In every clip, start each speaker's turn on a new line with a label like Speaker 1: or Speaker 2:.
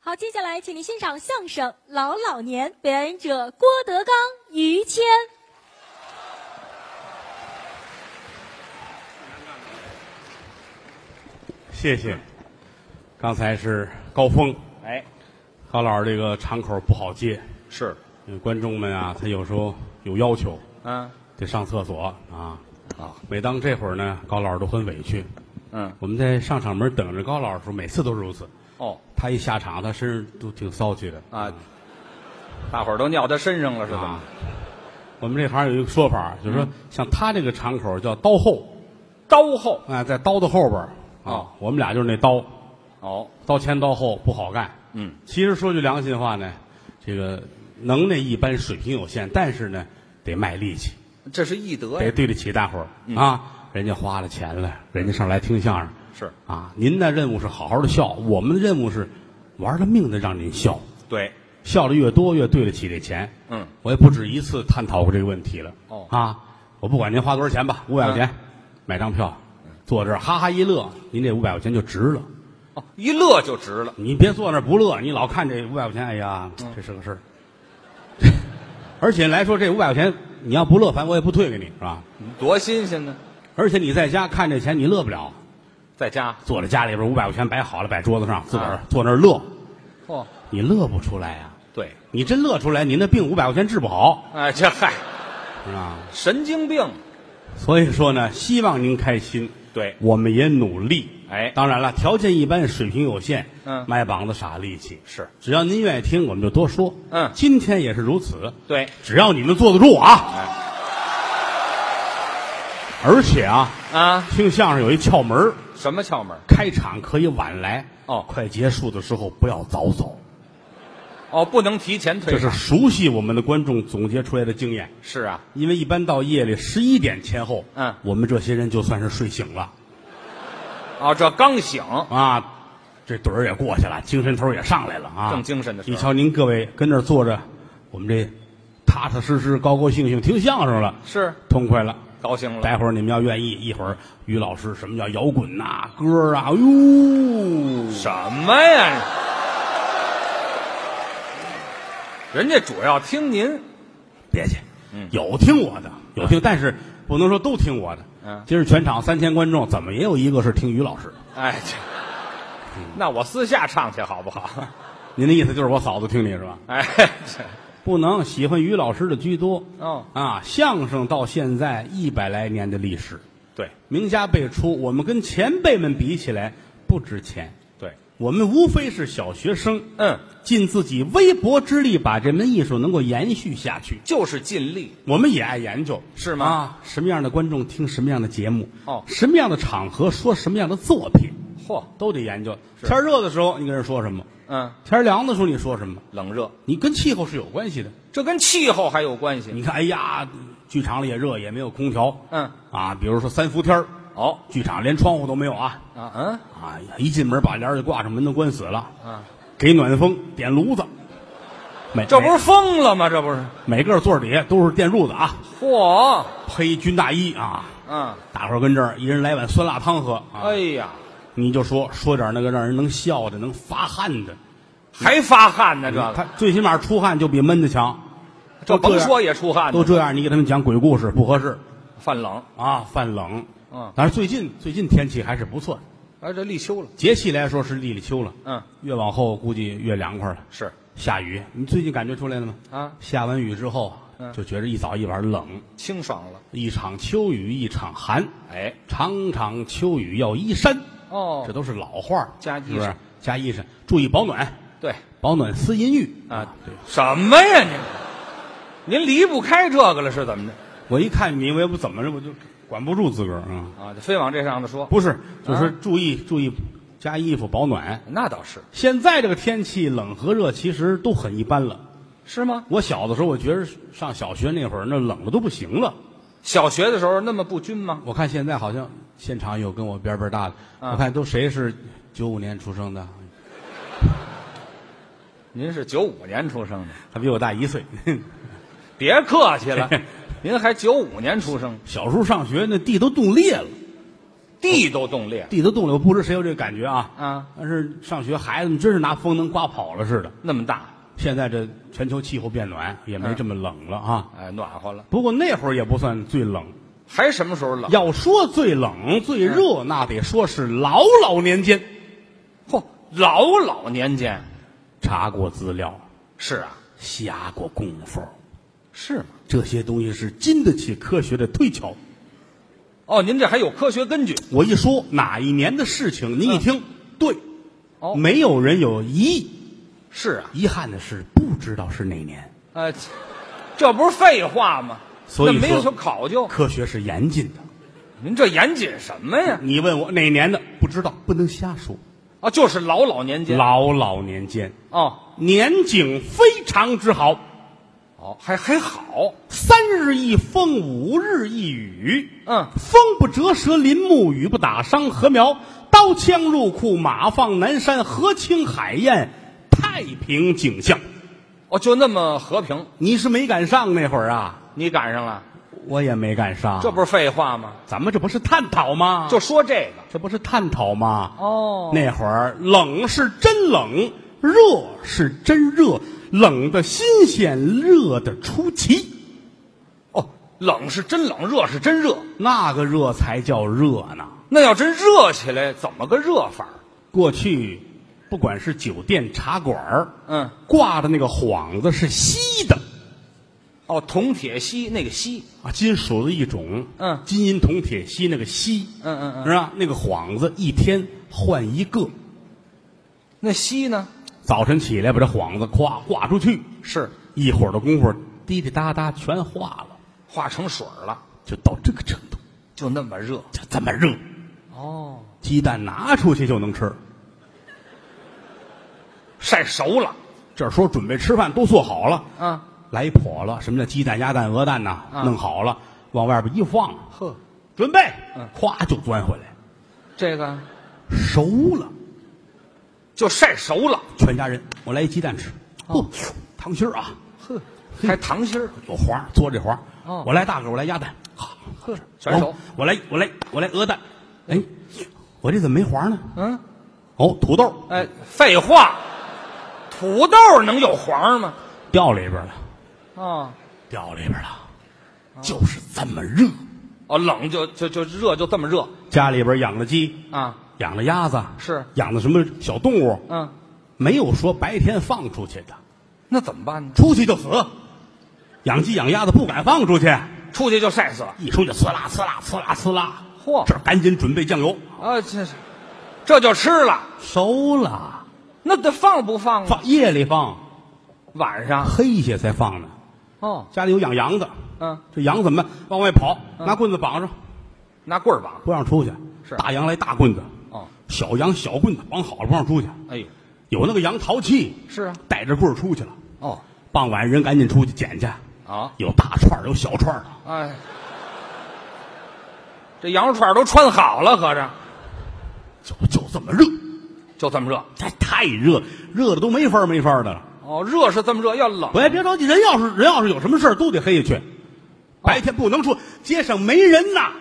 Speaker 1: 好，接下来请您欣赏相声《老老年》，表演者郭德纲、于谦。
Speaker 2: 谢谢。刚才是高峰，
Speaker 3: 哎，
Speaker 2: 高老师这个场口不好接，
Speaker 3: 是，
Speaker 2: 因为观众们啊，他有时候有要求，
Speaker 3: 嗯，
Speaker 2: 得上厕所啊。
Speaker 3: 啊，
Speaker 2: 每当这会儿呢，高老师都很委屈。
Speaker 3: 嗯，
Speaker 2: 我们在上场门等着高老师的时候，每次都如此。
Speaker 3: 哦，
Speaker 2: 他一下场，他身上都挺骚气的
Speaker 3: 啊，大伙儿都尿他身上了，是嗯怎
Speaker 2: 啊
Speaker 3: 么？。
Speaker 2: 我们这行有一个说法，就是说像他这个场口叫刀后
Speaker 3: 刀后，
Speaker 2: 啊，在刀的后边儿
Speaker 3: 哦
Speaker 2: 啊，我们俩就是那刀，
Speaker 3: 哦，
Speaker 2: 刀前刀后不好干。
Speaker 3: 嗯，
Speaker 2: 其实说句良心话呢，这个能耐一般，水平有限，但是呢，得卖力气，
Speaker 3: 这是义德
Speaker 2: 得
Speaker 3: 呀，
Speaker 2: 对得起大伙儿、啊。人家花了钱了，人家上来听相声
Speaker 3: 是
Speaker 2: 啊。您的任务是好好的笑，我们的任务是玩了命的让您笑，
Speaker 3: 对，
Speaker 2: 笑的越多越对得起这钱。
Speaker 3: 嗯，
Speaker 2: 我也不止一次探讨过这个问题了。
Speaker 3: 哦
Speaker 2: 啊，我不管您花多少钱吧，五百块钱、买张票，坐这儿哈哈一乐，您这五百块钱就值了。
Speaker 3: 哦，一乐就值了，
Speaker 2: 你别坐那儿不乐，你老看这五百块钱，哎呀，
Speaker 3: 嗯
Speaker 2: 这是个事儿。 而且来说，这五百块钱你要不乐，反正我也不退给你，是吧？
Speaker 3: 多新鲜呢，
Speaker 2: 而且你在家看这钱，你乐不了，
Speaker 3: 在家，
Speaker 2: 坐在家里边五百块钱摆好了，摆桌子上，自个儿
Speaker 3: 啊
Speaker 2: 坐那儿乐，
Speaker 3: 哦，
Speaker 2: 你乐不出来呀、啊
Speaker 3: 对，
Speaker 2: 你真乐出来，您的病五百块钱治不好，
Speaker 3: 哎，这嗨，
Speaker 2: 是吧？
Speaker 3: 神经病，
Speaker 2: 所以说呢，希望您开心，
Speaker 3: 对，
Speaker 2: 我们也努力。
Speaker 3: 哎
Speaker 2: 当然了，条件一般，水平有限，
Speaker 3: 嗯
Speaker 2: 卖膀子傻力气。
Speaker 3: 是，
Speaker 2: 只要您愿意听，我们就多说。
Speaker 3: 嗯
Speaker 2: 今天也是如此。
Speaker 3: 对，
Speaker 2: 只要你们坐得住啊。
Speaker 3: 哎
Speaker 2: 而且啊，
Speaker 3: 啊，
Speaker 2: 听相声有一窍门儿
Speaker 3: 什么窍门？
Speaker 2: 开场可以晚来
Speaker 3: 哦
Speaker 2: 快结束的时候不要早走。
Speaker 3: 哦，不能提前
Speaker 2: 这
Speaker 3: 退
Speaker 2: 是
Speaker 3: 场，
Speaker 2: 熟悉我们的观众总结出来的经验，
Speaker 3: 是啊，
Speaker 2: 因为一般到夜里十一点前后，
Speaker 3: 嗯
Speaker 2: 我们这些人就算是睡醒了
Speaker 3: 哦，这刚醒，
Speaker 2: 啊，这盹儿也过去了，精神头儿也上来了啊，
Speaker 3: 正精神的时候
Speaker 2: 你瞧您各位跟那儿坐着，我们这踏踏实实、高高兴兴听相声了，
Speaker 3: 是
Speaker 2: 痛快了。
Speaker 3: 高兴了，
Speaker 2: 待会儿你们要愿意，一会儿于老师什么叫摇滚呐、歌啊，哎呦，
Speaker 3: 什么呀？人家主要听您，
Speaker 2: 别去，
Speaker 3: 嗯
Speaker 2: 有听我的，有听，但是不能说都听我的。
Speaker 3: 嗯
Speaker 2: 今儿全场三千观众，怎么也有一个是听于老师的。
Speaker 3: 哎，这那我私下唱去好不好？
Speaker 2: 您的意思就是我嫂子听你是吧？
Speaker 3: 哎，这
Speaker 2: 不能，喜欢于老师的居多。
Speaker 3: 哦，
Speaker 2: 啊，相声到现在一百来年的历史，
Speaker 3: 对
Speaker 2: 名家辈出，我们跟前辈们比起来不值钱，
Speaker 3: 对，
Speaker 2: 我们无非是小学生，
Speaker 3: 嗯，
Speaker 2: 尽自己微薄之力把这门艺术能够延续下去。
Speaker 3: 就是尽力，
Speaker 2: 我们也爱研究，
Speaker 3: 是吗
Speaker 2: 啊，什么样的观众听什么样的节目，
Speaker 3: 哦
Speaker 2: 什么样的场合说什么样的作品，
Speaker 3: 嚯，
Speaker 2: 都得研究。天热的时候你跟人说什么，
Speaker 3: 嗯，
Speaker 2: 天凉的时候你说什么，
Speaker 3: 冷热，
Speaker 2: 你跟气候是有关系的。
Speaker 3: 这跟气候还有关系。
Speaker 2: 你看，哎呀，剧场里也热，也没有空调，
Speaker 3: 嗯，
Speaker 2: 啊，比如说三伏天儿
Speaker 3: 哦
Speaker 2: 剧场连窗户都没有啊，
Speaker 3: 啊嗯，
Speaker 2: 啊，一进门把帘儿就挂上，门都关死了，
Speaker 3: 啊，
Speaker 2: 给暖风，点炉子，每
Speaker 3: 这不是疯了吗？这不是，
Speaker 2: 每每个座儿底下都是电褥子啊，
Speaker 3: 嚯，
Speaker 2: 披军大衣啊，
Speaker 3: 嗯，
Speaker 2: 大伙儿跟这儿一人来碗酸辣汤喝啊，
Speaker 3: 哎呀，
Speaker 2: 你就说说点那个让人能笑的、能发汗的，
Speaker 3: 还发汗呢，这
Speaker 2: 他
Speaker 3: 个
Speaker 2: 最起码出汗就比闷的强，
Speaker 3: 这
Speaker 2: 都
Speaker 3: 甭
Speaker 2: 样
Speaker 3: 说也出汗呢，
Speaker 2: 都这样，你给他们讲鬼故事不合适
Speaker 3: 犯冷。
Speaker 2: 啊，犯冷。
Speaker 3: 嗯
Speaker 2: 但是最近最近天气还是不错的，
Speaker 3: 哎，这立秋了，
Speaker 2: 节气来说是立立秋了，
Speaker 3: 嗯，
Speaker 2: 越往后估计越凉快了。
Speaker 3: 是
Speaker 2: 下雨，你最近感觉出来了吗？
Speaker 3: 啊，
Speaker 2: 下完雨之后，
Speaker 3: 嗯
Speaker 2: 就觉着一早一晚冷，
Speaker 3: 清爽了。
Speaker 2: 一场秋雨一场寒，
Speaker 3: 哎，
Speaker 2: 场场秋雨要衣衫，
Speaker 3: 哦
Speaker 2: 这，都是老话儿
Speaker 3: 加衣
Speaker 2: 是不是
Speaker 3: 裳
Speaker 2: 加衣裳，注意保暖，
Speaker 3: 对，
Speaker 2: 保暖思淫欲
Speaker 3: 啊
Speaker 2: 对，
Speaker 3: 什么呀您？您离不开这个了，是怎么着？
Speaker 2: 我一看你，我也不怎么着，我就管不住自个儿啊。
Speaker 3: 啊，就非往这上头说，
Speaker 2: 不是，就是
Speaker 3: 啊
Speaker 2: 注意注意，加衣服保暖。
Speaker 3: 那倒是，
Speaker 2: 现在这个天气冷和热其实都很一般了。
Speaker 3: 是吗？
Speaker 2: 我小的时候，我觉着上小学那会儿，那冷的都不行了。
Speaker 3: 小学的时候那么不均吗？
Speaker 2: 我看现在好像现场有跟我边儿边儿大的，
Speaker 3: 啊
Speaker 2: 我看都谁是九五年出生的，
Speaker 3: 您是九五年出生的，
Speaker 2: 还比我大一岁。
Speaker 3: 别客气了，您还九五年出生，
Speaker 2: 小时候上学那地都冻裂了，
Speaker 3: 地都冻裂
Speaker 2: 地都冻了，我不知谁有这个感觉啊。
Speaker 3: 啊，
Speaker 2: 但是上学孩子们真是拿风能刮跑了似的。
Speaker 3: 那么大，
Speaker 2: 现在这全球气候变暖，也
Speaker 3: 嗯
Speaker 2: 没这么冷了啊。
Speaker 3: 哎，暖和了。
Speaker 2: 不过那会儿也不算最冷，
Speaker 3: 还什么时候冷？
Speaker 2: 要说最冷
Speaker 3: 嗯
Speaker 2: 最热，那得说是老老年间。
Speaker 3: 嚯，老老年间
Speaker 2: 查过资料，
Speaker 3: 是啊，
Speaker 2: 下过功夫，
Speaker 3: 是吗？
Speaker 2: 这些东西是经得起科学的推敲。
Speaker 3: 哦，您这还有科学根据
Speaker 2: 我一说哪一年的事情，您一听，对，
Speaker 3: 嗯哦
Speaker 2: 没有人有疑义。
Speaker 3: 是啊，
Speaker 2: 遗憾的是，不知道是哪年。
Speaker 3: 呃，这这不是废话吗？
Speaker 2: 所以
Speaker 3: 那没有
Speaker 2: 说
Speaker 3: 说考究，
Speaker 2: 科学是严谨的，
Speaker 3: 您这严谨什么呀？
Speaker 2: 你问我哪年的，不知道，不能瞎说。
Speaker 3: 啊，就是老老年间
Speaker 2: 老老年间，
Speaker 3: 哦
Speaker 2: 年景非常之好，
Speaker 3: 哦，还还好，
Speaker 2: 三日一风，五日一雨。
Speaker 3: 嗯
Speaker 2: 风不折舌林木，雨不打伤禾苗。刀枪入库，马放南山，河清海晏，太平景象。
Speaker 3: 哦，就那么和平，
Speaker 2: 你是没赶上那会儿啊？
Speaker 3: 你赶上了，
Speaker 2: 我也没赶上。
Speaker 3: 这不是废话吗？
Speaker 2: 咱们这不是探讨吗？
Speaker 3: 就说这个
Speaker 2: 这不是探讨吗？
Speaker 3: 哦
Speaker 2: 那会儿冷是真冷，热是真热，冷的新鲜，热的出奇，
Speaker 3: 哦，冷是真冷，热是真热。
Speaker 2: 那个热才叫热呢。
Speaker 3: 那要真热起来，怎么个热法儿？
Speaker 2: 过去，不管是酒店、茶馆儿，
Speaker 3: 嗯，
Speaker 2: 挂的那个幌子是锡的
Speaker 3: 哦，铜铁锡那个锡，
Speaker 2: 啊，金属的一种，
Speaker 3: 嗯
Speaker 2: 金银铜铁锡那个锡，
Speaker 3: 嗯嗯嗯
Speaker 2: 是吧？那个幌子一天换一个，
Speaker 3: 那锡呢？
Speaker 2: 早晨起来把这幌子咵挂出去，
Speaker 3: 是
Speaker 2: 一会儿的功夫滴滴答答全化了，
Speaker 3: 化成水儿了，
Speaker 2: 就到这个程度，
Speaker 3: 就那么热。
Speaker 2: 就这么热，
Speaker 3: 哦，
Speaker 2: 鸡蛋拿出去就能吃。
Speaker 3: 晒熟了。
Speaker 2: 这时候准备吃饭都做好了，
Speaker 3: 啊，
Speaker 2: 来破了，什么叫鸡蛋、鸭蛋、鹅蛋呐、
Speaker 3: 啊
Speaker 2: 弄好了，往外边一放，
Speaker 3: 呵，
Speaker 2: 准备
Speaker 3: 嗯，
Speaker 2: 咵就钻回来，
Speaker 3: 这个
Speaker 2: 熟了，
Speaker 3: 就晒熟了。
Speaker 2: 全家人，我来一鸡蛋吃，哦，糖心儿啊，
Speaker 3: 呵，还糖 心儿。
Speaker 2: 有黄儿，嘬这黄儿，
Speaker 3: 哦
Speaker 2: 我来大个儿，我来鸭蛋，好，
Speaker 3: 呵，全熟
Speaker 2: 哦。我来，我来，我来鹅蛋，哎，我这怎么没黄呢？
Speaker 3: 嗯，
Speaker 2: 哦，土豆
Speaker 3: 哎，废话，土豆能有黄儿吗？
Speaker 2: 掉里边了，
Speaker 3: 啊，
Speaker 2: 掉里边了，就是这么热。
Speaker 3: 哦，冷就就就热就这么热
Speaker 2: 家里边养了鸡，
Speaker 3: 啊。
Speaker 2: 养了鸭子，
Speaker 3: 是
Speaker 2: 养的什么小动物，
Speaker 3: 嗯，
Speaker 2: 没有说白天放出去的，
Speaker 3: 那怎么办呢？
Speaker 2: 出去就死。养鸡养鸭子不敢放出去，
Speaker 3: 出去就晒死了。
Speaker 2: 一出去呲啦呲啦呲啦呲啦，
Speaker 3: 嚯
Speaker 2: 这儿赶紧准备酱油，
Speaker 3: 啊，这是，这就吃了。
Speaker 2: 熟了，
Speaker 3: 那得放不放啊？
Speaker 2: 放夜里放，
Speaker 3: 晚上
Speaker 2: 黑些才放呢。
Speaker 3: 哦，
Speaker 2: 家里有养羊的，
Speaker 3: 嗯，
Speaker 2: 这羊怎么办？往外跑，拿棍子绑上，
Speaker 3: 拿棍儿绑。
Speaker 2: 不让出去。
Speaker 3: 是
Speaker 2: 大羊来大棍子，
Speaker 3: 哦，
Speaker 2: 小羊小棍子绑好了不让出去。
Speaker 3: 哎呦，
Speaker 2: 有那个羊淘气，
Speaker 3: 是啊，
Speaker 2: 带着棍儿出去了。
Speaker 3: 哦，
Speaker 2: 傍晚人赶紧出去捡去，
Speaker 3: 啊，
Speaker 2: 有大串儿有小串儿的。
Speaker 3: 哎，这羊肉串儿都穿好了，合着
Speaker 2: 就就这么热，
Speaker 3: 就这么热。
Speaker 2: 太太热，热的都没法儿没法儿的了。
Speaker 3: 哦，热是这么热，要冷
Speaker 2: 喂，别着急，人要是人要是有什么事儿都得黑下去，白天不能出，街上没人呐。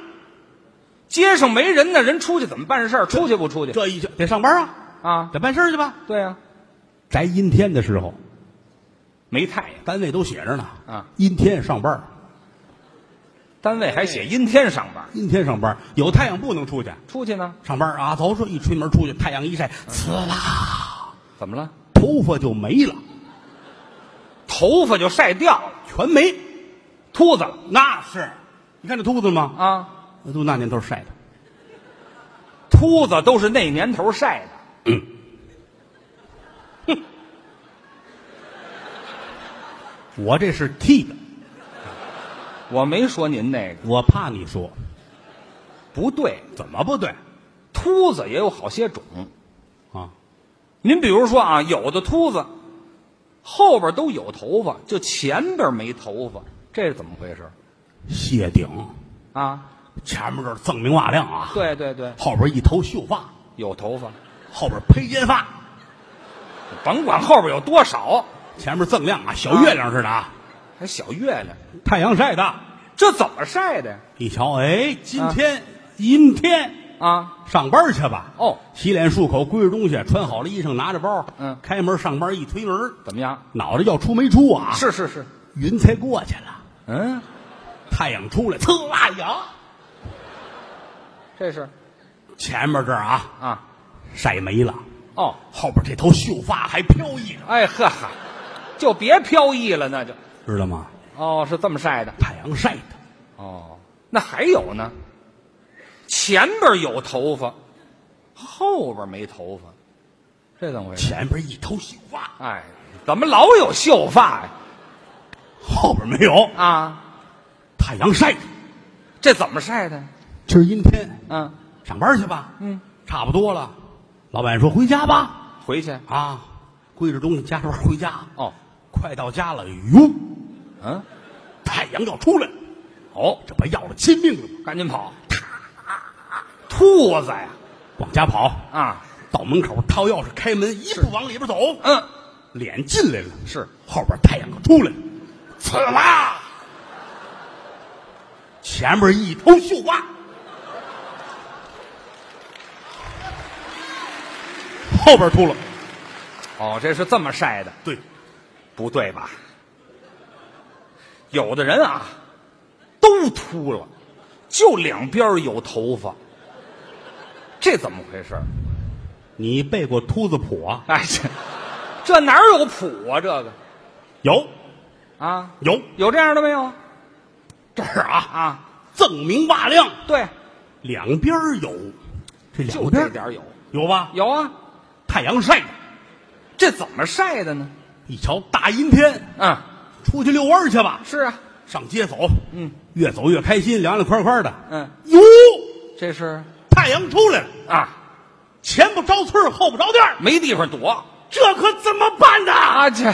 Speaker 3: 街上没人呢，人出去怎么办事儿？出去不出去
Speaker 2: 这一下得上班啊，
Speaker 3: 啊？
Speaker 2: 得办事儿去吧。
Speaker 3: 对啊呀，
Speaker 2: 宅阴天的时候，
Speaker 3: 没太阳，
Speaker 2: 单位都写着呢，
Speaker 3: 啊，
Speaker 2: 阴天上班儿，
Speaker 3: 单位还写阴天上班，
Speaker 2: 阴天上班儿，有太阳不能出去。
Speaker 3: 出去呢？
Speaker 2: 上班儿啊，走说一推门出去，太阳一晒，呲啦，
Speaker 3: 怎么了？
Speaker 2: 头发就没了，
Speaker 3: 头发就晒掉了，
Speaker 2: 全没。
Speaker 3: 秃子了
Speaker 2: 那是，你看这秃子吗？
Speaker 3: 啊！
Speaker 2: 那都那年头晒的，
Speaker 3: 秃子都是那年头晒的。
Speaker 2: 我这是剃的，
Speaker 3: 我没说您那个
Speaker 2: 我怕你说
Speaker 3: 不对，
Speaker 2: 怎么不对
Speaker 3: 秃子也有好些种。
Speaker 2: 啊？
Speaker 3: 您比如说啊，有的秃子后边都有头发，就前边没头发，这是怎么回事
Speaker 2: 谢顶，
Speaker 3: 啊？
Speaker 2: 前面这儿锃明瓦亮啊，
Speaker 3: 对对对，
Speaker 2: 后边一头秀发，
Speaker 3: 有头发，
Speaker 2: 后边披肩发，
Speaker 3: 甭管后边有多少，
Speaker 2: 前面锃亮啊，小月亮似的啊，
Speaker 3: 还小月亮，
Speaker 2: 太阳晒的。
Speaker 3: 这怎么晒的呀？
Speaker 2: 一瞧，哎，今天阴天，
Speaker 3: 啊，
Speaker 2: 上班去吧。
Speaker 3: 哦，
Speaker 2: 洗脸漱口，归置东西，穿好了衣裳，拿着包，
Speaker 3: 嗯
Speaker 2: 开门上班，一推门，
Speaker 3: 怎么样？
Speaker 2: 脑袋要出没出啊？
Speaker 3: 是是是，
Speaker 2: 云彩过去了，
Speaker 3: 嗯，
Speaker 2: 太阳出来，呲啦呀！
Speaker 3: 这是
Speaker 2: 前面这儿啊
Speaker 3: 啊，
Speaker 2: 晒没了，
Speaker 3: 哦，
Speaker 2: 后边这头秀发还飘逸着，
Speaker 3: 哎呵哈，就别飘逸了，那就
Speaker 2: 知道吗？
Speaker 3: 哦，是这么晒的
Speaker 2: 太阳晒的，
Speaker 3: 哦。那还有呢，前边有头发，后边没头发，这怎么回事？
Speaker 2: 前边一头秀发，
Speaker 3: 哎，怎么老有秀发呀？
Speaker 2: 后边没有，
Speaker 3: 啊，
Speaker 2: 太阳晒的。
Speaker 3: 这怎么晒的？
Speaker 2: 今儿阴天，
Speaker 3: 嗯，
Speaker 2: 上班去吧。
Speaker 3: 嗯，
Speaker 2: 差不多了。老板说回家吧。
Speaker 3: 回去
Speaker 2: 啊，归置东西，夹着包回家。
Speaker 3: 哦，
Speaker 2: 快到家了，哟，
Speaker 3: 嗯，
Speaker 2: 太阳要出来了，
Speaker 3: 哦，
Speaker 2: 这不要了亲命了吗？
Speaker 3: 赶紧跑，兔子呀，
Speaker 2: 往家跑，
Speaker 3: 啊，
Speaker 2: 到门口掏钥匙开门，一步往里边走，
Speaker 3: 嗯，
Speaker 2: 脸进来了，
Speaker 3: 是
Speaker 2: 后边太阳要出来了，刺啦！前面一头绣花，后边秃了，
Speaker 3: 哦，这是这么晒的，
Speaker 2: 对，
Speaker 3: 不对吧？有的人啊，都秃了，就两边有头发，这怎么回事？
Speaker 2: 你背过秃子谱啊？
Speaker 3: 哎，这这哪儿有谱啊？这个
Speaker 2: 有
Speaker 3: 啊，
Speaker 2: 有，
Speaker 3: 有这样的没有？
Speaker 2: 这儿啊，
Speaker 3: 啊，
Speaker 2: 锃明瓦亮，
Speaker 3: 对，
Speaker 2: 两边儿有，这两
Speaker 3: 就
Speaker 2: 边
Speaker 3: 这
Speaker 2: 儿
Speaker 3: 点儿有，
Speaker 2: 有吧？
Speaker 3: 有啊，
Speaker 2: 太阳晒的，
Speaker 3: 这怎么晒的呢？
Speaker 2: 一瞧大阴天，
Speaker 3: 嗯，
Speaker 2: 出去遛弯儿去吧，
Speaker 3: 是啊，
Speaker 2: 上街走，
Speaker 3: 嗯，
Speaker 2: 越走越开心，凉凉快快的，
Speaker 3: 嗯，
Speaker 2: 哟，
Speaker 3: 这是
Speaker 2: 太阳出来了，
Speaker 3: 啊，
Speaker 2: 前不着村儿后不着店儿
Speaker 3: 没地方躲
Speaker 2: 这可怎么办呐？
Speaker 3: 啊，这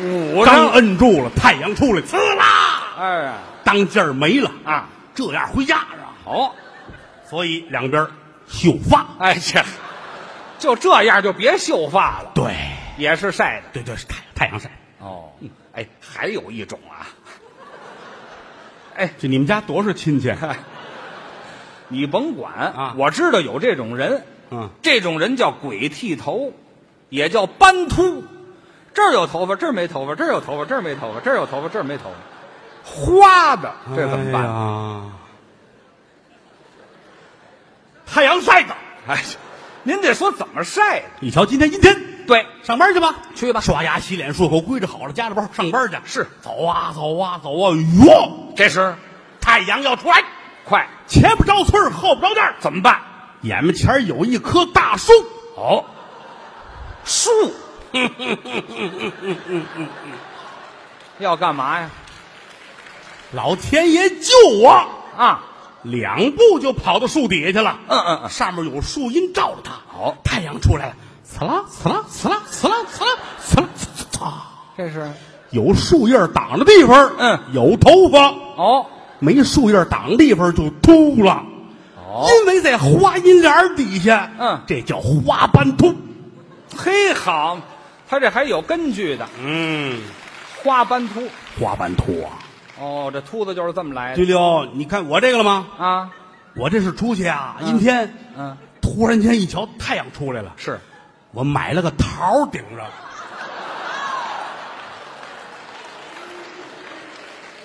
Speaker 3: 捂
Speaker 2: 刚
Speaker 3: 上，
Speaker 2: 摁住了，太阳出来，呲啦，
Speaker 3: 哎呀
Speaker 2: 当劲儿没了，
Speaker 3: 啊，
Speaker 2: 这样回家是吧？
Speaker 3: 好，
Speaker 2: 所以两边儿秀发，
Speaker 3: 哎这就这样就别秀发了，
Speaker 2: 对，
Speaker 3: 也是晒的
Speaker 2: 对对，是太太阳晒。
Speaker 3: 哦。哎，还有一种啊，哎，
Speaker 2: 这你们家多少亲戚？
Speaker 3: 你甭管
Speaker 2: 啊
Speaker 3: 我知道有这种人，
Speaker 2: 嗯，
Speaker 3: 这种人叫鬼剃头，也叫斑秃。这儿有头发，这儿没头发，这儿有头发，这儿没头发，这儿有头发，这儿没头发，花的，这怎么
Speaker 2: 哎
Speaker 3: 办？
Speaker 2: 办？太阳晒的，
Speaker 3: 哎呀，您得说怎么晒的。
Speaker 2: 你瞧今天阴天，
Speaker 3: 对，
Speaker 2: 上班去吧，
Speaker 3: 去吧
Speaker 2: 刷牙、洗脸、漱口，归置好了，夹着包上班去。
Speaker 3: 是
Speaker 2: 走啊，走啊，走啊！哟，
Speaker 3: 这是
Speaker 2: 太阳要出来，
Speaker 3: 快
Speaker 2: 前不着村儿后不着店儿
Speaker 3: 怎么办？
Speaker 2: 眼门前儿有一棵大树，
Speaker 3: 哦， 树，要干嘛呀？
Speaker 2: 老天爷救我！
Speaker 3: 啊，
Speaker 2: 两步就跑到树底下去了。
Speaker 3: 嗯嗯哦嗯
Speaker 2: 上面有树荫照着他。
Speaker 3: 好
Speaker 2: 太阳出来了，呲啦呲啦呲啦呲啦呲啦呲啦呲呲呲。
Speaker 3: 这是
Speaker 2: 有树叶挡的地方，
Speaker 3: 嗯
Speaker 2: 有头发；
Speaker 3: 哦
Speaker 2: 没树叶挡的地方就秃了，
Speaker 3: 哦，
Speaker 2: 因为在花阴帘儿底下，
Speaker 3: 嗯
Speaker 2: 这叫花斑秃。
Speaker 3: 嘿好，他这还有根据的，
Speaker 2: 嗯，
Speaker 3: 花斑秃。
Speaker 2: 花斑秃啊，
Speaker 3: 哦，这秃子就是这么来的
Speaker 2: 哎对了，你看我这个了吗？
Speaker 3: 啊。
Speaker 2: 我这是出去啊，阴天，
Speaker 3: 嗯，
Speaker 2: 突然间一瞧太阳出来了，
Speaker 3: 是
Speaker 2: 我买了个桃儿顶着，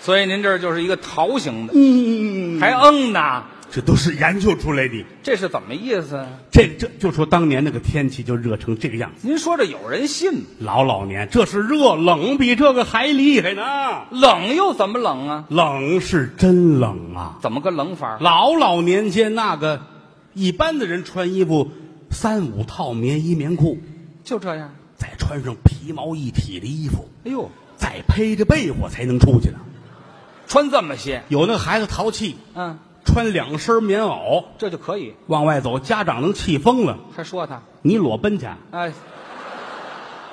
Speaker 3: 所以您这儿就是一个桃形的，
Speaker 2: 嗯，
Speaker 3: 还嗯呢？
Speaker 2: 这都是研究出来的。
Speaker 3: 这是怎么意思？
Speaker 2: 这这就说当年那个天气就热成这个样子，
Speaker 3: 您说这有人信吗？
Speaker 2: 老老年这是热，冷比这个还厉害呢。
Speaker 3: 冷又怎么冷啊？
Speaker 2: 冷是真冷啊！
Speaker 3: 怎么个冷法？
Speaker 2: 老老年间那个，一般的人穿衣服三五套棉衣棉裤，
Speaker 3: 就这样。
Speaker 2: 再穿上皮毛一体的衣服，
Speaker 3: 哎呦，
Speaker 2: 再披着被窝才能出去呢。
Speaker 3: 穿这么些，
Speaker 2: 有那孩子淘气，
Speaker 3: 嗯，
Speaker 2: 穿两身棉袄
Speaker 3: 这就可以。
Speaker 2: 往外走，家长能气疯了。
Speaker 3: 还说他，
Speaker 2: 你裸奔去，
Speaker 3: 哎，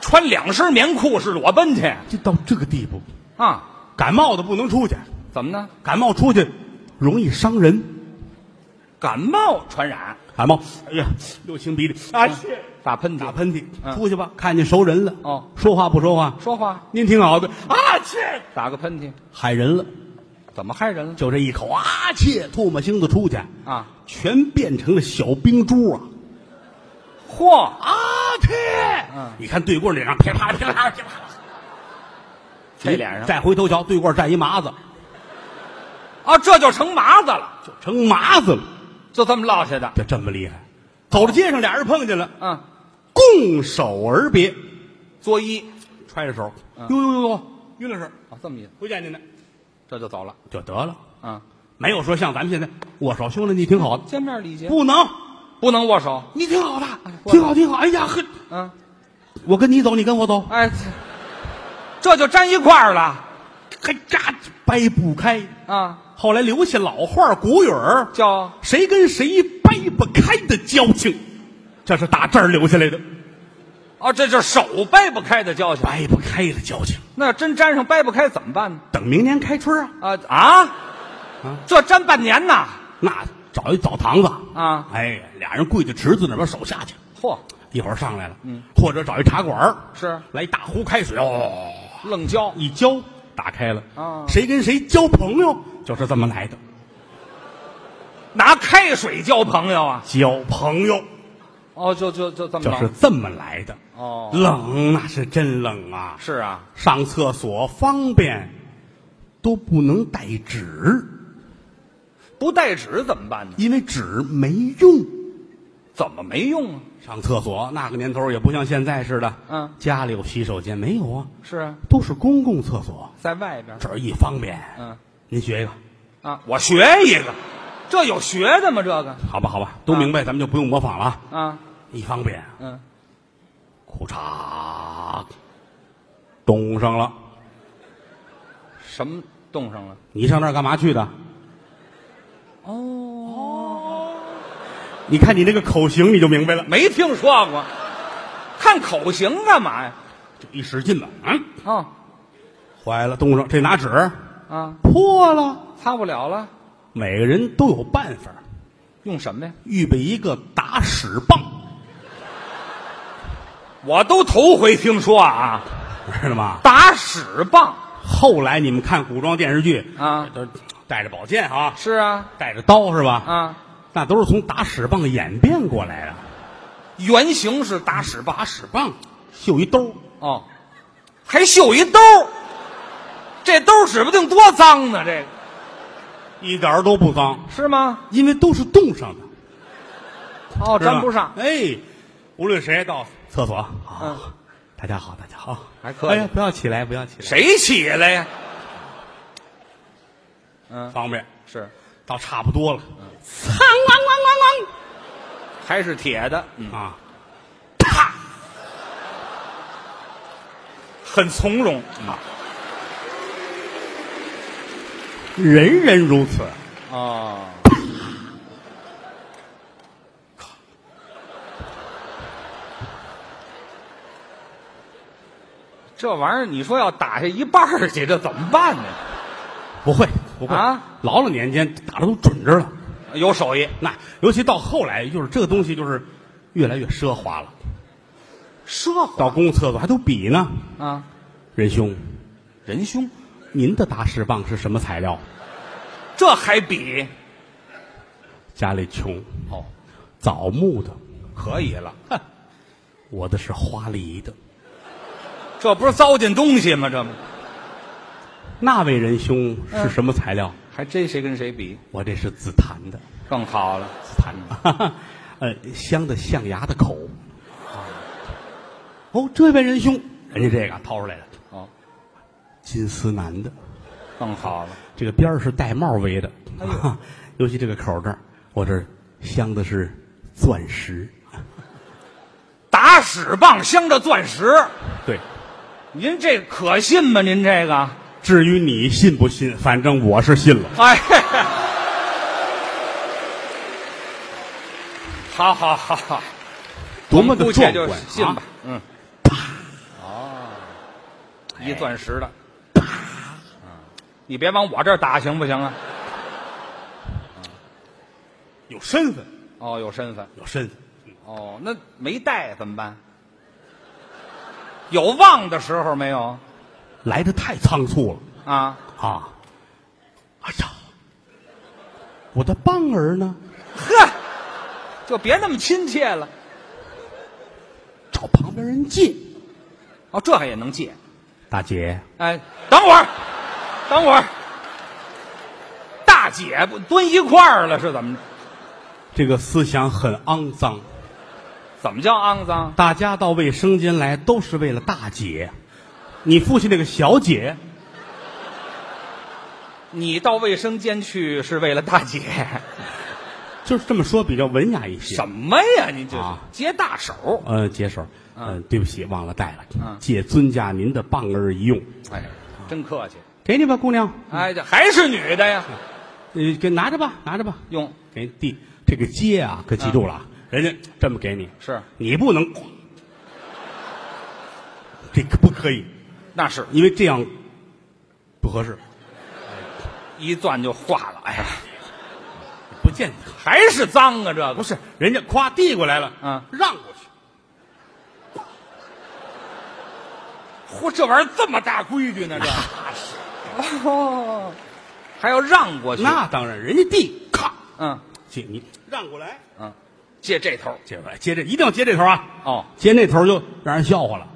Speaker 3: 穿两身棉裤是裸奔去
Speaker 2: 就到这个地步，
Speaker 3: 啊？
Speaker 2: 感冒的不能出去，
Speaker 3: 怎么呢？
Speaker 2: 感冒出去容易伤人。
Speaker 3: 感冒传染，
Speaker 2: 感冒，哎呀，又清鼻涕，哎呀，
Speaker 3: 打喷嚏，
Speaker 2: 打喷嚏，
Speaker 3: 嗯
Speaker 2: 出去吧，看见熟人了，
Speaker 3: 哦
Speaker 2: 说话不说话？
Speaker 3: 说话
Speaker 2: 您挺好的啊，切，
Speaker 3: 打个喷嚏，
Speaker 2: 害人了，
Speaker 3: 怎么害人了？
Speaker 2: 就这一口啊，切，唾沫星子出去，
Speaker 3: 啊，
Speaker 2: 全变成了小冰珠啊！
Speaker 3: 嚯，
Speaker 2: 啊，切！
Speaker 3: 嗯
Speaker 2: 你看对棍脸上噼啪噼啪噼啪，
Speaker 3: 这脸上
Speaker 2: 再回头瞧，对棍站一麻子，
Speaker 3: 啊，这就成麻子了，
Speaker 2: 就成麻子了，
Speaker 3: 就这么落下的。
Speaker 2: 就这么厉害。走到街上，俩人碰见了，
Speaker 3: 嗯，
Speaker 2: 拱手而别，
Speaker 3: 作揖
Speaker 2: 揣着手，
Speaker 3: 嗯
Speaker 2: 呦呦呦呦，于老师，
Speaker 3: 啊，这么一，
Speaker 2: 不见您呢，
Speaker 3: 这就走了。
Speaker 2: 就得了，
Speaker 3: 啊，
Speaker 2: 没有说像咱们现在握手，兄弟你挺好的，
Speaker 3: 见面礼节
Speaker 2: 不能，
Speaker 3: 不能握手。
Speaker 2: 你挺好的，
Speaker 3: 我
Speaker 2: 挺好挺好，哎呀呵，
Speaker 3: 嗯，
Speaker 2: 我跟你走，你跟我走，
Speaker 3: 哎，这就粘一块儿了
Speaker 2: 还扎掰不开。
Speaker 3: 啊，
Speaker 2: 后来留下老话儿古语儿，
Speaker 3: 叫
Speaker 2: 谁跟谁掰不开的交情，这是打这儿留下来的，
Speaker 3: 哦，这就是手掰不开的交情。
Speaker 2: 掰不开的交情。
Speaker 3: 那真粘上掰不开怎么办呢？
Speaker 2: 等明年开春啊，
Speaker 3: 啊啊
Speaker 2: 啊，
Speaker 3: 这粘半年呐！
Speaker 2: 那找一澡堂子
Speaker 3: 啊，
Speaker 2: 哎，俩人跪在池子那边手下去，
Speaker 3: 嚯，
Speaker 2: 一会儿上来了，
Speaker 3: 嗯
Speaker 2: 或者找一茶馆儿
Speaker 3: 是
Speaker 2: 来一大壶开水，哦，
Speaker 3: 愣交
Speaker 2: 一浇打开了，
Speaker 3: 啊
Speaker 2: 谁跟谁交朋友就是这么来的，
Speaker 3: 拿开水交朋友啊！
Speaker 2: 交朋友
Speaker 3: 哦，就就就这么
Speaker 2: 就
Speaker 3: 着。
Speaker 2: 是这么来的。
Speaker 3: 哦，
Speaker 2: 冷那是真冷啊，
Speaker 3: 是啊，
Speaker 2: 上厕所方便都不能带纸，
Speaker 3: 不带纸怎么办呢？
Speaker 2: 因为纸没用。
Speaker 3: 怎么没用啊？
Speaker 2: 上厕所那个年头也不像现在似的，
Speaker 3: 嗯
Speaker 2: 家里有洗手间没有啊？
Speaker 3: 是啊，
Speaker 2: 都是公共厕所，
Speaker 3: 在外边儿。
Speaker 2: 这儿一方便。
Speaker 3: 嗯
Speaker 2: 您学一个，
Speaker 3: 啊，
Speaker 2: 我学一个，
Speaker 3: 这有学的吗？这个
Speaker 2: 好吧，好吧，都明白，咱们就不用模仿了啊。
Speaker 3: 啊，
Speaker 2: 一方便，
Speaker 3: 嗯，
Speaker 2: 裤衩冻上了。
Speaker 3: 什么冻上了？
Speaker 2: 你上那儿干嘛去的？
Speaker 3: 哦，
Speaker 2: 你看你那个口型，你就明白了。
Speaker 3: 没听说过，看口型干嘛呀？
Speaker 2: 就一使劲吧，嗯，
Speaker 3: 哦，
Speaker 2: 坏了，冻上。这拿纸
Speaker 3: 啊，
Speaker 2: 破了。
Speaker 3: 擦不了了，
Speaker 2: 每个人都有办法，
Speaker 3: 用什么呀？
Speaker 2: 预备一个打屎棒，
Speaker 3: 我都头回听说啊，
Speaker 2: 知道吗？
Speaker 3: 打屎棒
Speaker 2: 后来你们看古装电视剧
Speaker 3: 啊
Speaker 2: 都带着宝剑啊，
Speaker 3: 是啊
Speaker 2: 带着刀是吧？
Speaker 3: 啊，
Speaker 2: 那都是从打屎棒演变过来的。
Speaker 3: 原型是打屎棒
Speaker 2: 打屎棒绣一兜，
Speaker 3: 哦，还绣一兜儿，这兜儿指不定多脏呢，这个
Speaker 2: 一点儿都不脏，
Speaker 3: 是吗？
Speaker 2: 因为都是冻上的，
Speaker 3: 哦，
Speaker 2: 知道吧
Speaker 3: 沾不上，
Speaker 2: 哎，无论谁到厕所，
Speaker 3: 嗯
Speaker 2: 啊，大家好，大家好，
Speaker 3: 还客气
Speaker 2: 哎呀，不要起来，不要起来，
Speaker 3: 谁起来呀？嗯，
Speaker 2: 方便？
Speaker 3: 是，
Speaker 2: 到差不多了，苍啷啷
Speaker 3: 还是铁的，
Speaker 2: 啷
Speaker 3: 嗯，
Speaker 2: 啷啊，
Speaker 3: 很从容
Speaker 2: 嗯
Speaker 3: 啊。
Speaker 2: 人人如此。
Speaker 3: 哦，这玩意儿，你说要打下一半儿去，这怎么办呢？
Speaker 2: 不会，不会
Speaker 3: 啊！
Speaker 2: 老老年间打的都准着了。
Speaker 3: 有手艺，
Speaker 2: 那尤其到后来，就是这个东西就是越来越奢华了。
Speaker 3: 奢
Speaker 2: 到公共厕所还都比呢。
Speaker 3: 啊，
Speaker 2: 仁兄，
Speaker 3: 仁兄，
Speaker 2: 您的打屎棒是什么材料？
Speaker 3: 这还比
Speaker 2: 家里穷，
Speaker 3: 哦，
Speaker 2: 枣木的；
Speaker 3: 可以了，
Speaker 2: 我的是花梨的。
Speaker 3: 这不是糟践东西吗？这不
Speaker 2: 那位仁兄是什么材料？
Speaker 3: 还真谁跟谁比
Speaker 2: 我这是紫檀的，
Speaker 3: 更好了？
Speaker 2: 紫檀的， 呃，镶的象牙的口。哦，这位仁兄，人家这个掏出来了，
Speaker 3: 哦，
Speaker 2: 金丝楠的。
Speaker 3: 更好了，
Speaker 2: 这个边儿是带帽围的，
Speaker 3: 哎
Speaker 2: 尤其这个口这儿，我这儿镶的是钻石。
Speaker 3: 打屎棒镶着钻石，
Speaker 2: 对，
Speaker 3: 您这可信吗？您这个？
Speaker 2: 至于你信不信，反正我是信了。
Speaker 3: 哎， 好好好好，
Speaker 2: 多么
Speaker 3: 我
Speaker 2: 的
Speaker 3: 们姑且
Speaker 2: 壮
Speaker 3: 就
Speaker 2: 观
Speaker 3: 信
Speaker 2: 啊！，
Speaker 3: 吧嗯，哦，一钻石的，嗯你别往我这儿打行不行啊？
Speaker 2: 有身份，
Speaker 3: 哦，有身份，
Speaker 2: 有身份。
Speaker 3: 哦，那没带怎么办？有忘的时候没有
Speaker 2: 来的太仓促了
Speaker 3: 啊？
Speaker 2: 啊！哎呀，我的棒儿呢？
Speaker 3: 呵，就别那么亲切了。
Speaker 2: 找旁边人借。
Speaker 3: 哦，这还也能借？
Speaker 2: 大姐，
Speaker 3: 哎，等会儿，等会儿，大姐不蹲一块儿了是怎么着？
Speaker 2: 这个思想很肮脏。
Speaker 3: 怎么叫肮脏？
Speaker 2: 大家到卫生间来都是为了大姐，你父亲那个小姐，
Speaker 3: 你到卫生间去是为了大姐？
Speaker 2: 就是这么说比较文雅一些。
Speaker 3: 什么呀？你这是
Speaker 2: 啊
Speaker 3: 接大手？
Speaker 2: 呃，解手，嗯、对不起，忘了带了，
Speaker 3: 嗯
Speaker 2: 借尊驾您的棒儿一用，
Speaker 3: 哎，真客气。
Speaker 2: 给你吧，姑娘，
Speaker 3: 哎，这还是女的呀？
Speaker 2: 呃，给拿着吧，拿着吧，
Speaker 3: 用
Speaker 2: 给递这个接啊，可记住了，啊，
Speaker 3: 嗯
Speaker 2: 人家这么给你，
Speaker 3: 是
Speaker 2: 你不能，这个不可以，
Speaker 3: 那是
Speaker 2: 因为这样不合适，
Speaker 3: 一攥就化了。哎呀，
Speaker 2: 不健康。
Speaker 3: 还是脏啊！这个
Speaker 2: 不是，人家夸递过来了，
Speaker 3: 嗯
Speaker 2: 让过去，
Speaker 3: 嚯，这玩意儿这么大规矩呢？这 哦，还要让过去？
Speaker 2: 那当然，人家递，咔，
Speaker 3: 嗯
Speaker 2: 接你让过来，
Speaker 3: 嗯，借这头
Speaker 2: 接过来，接这一定要接这头啊，
Speaker 3: 哦
Speaker 2: 接那头就让人笑话了，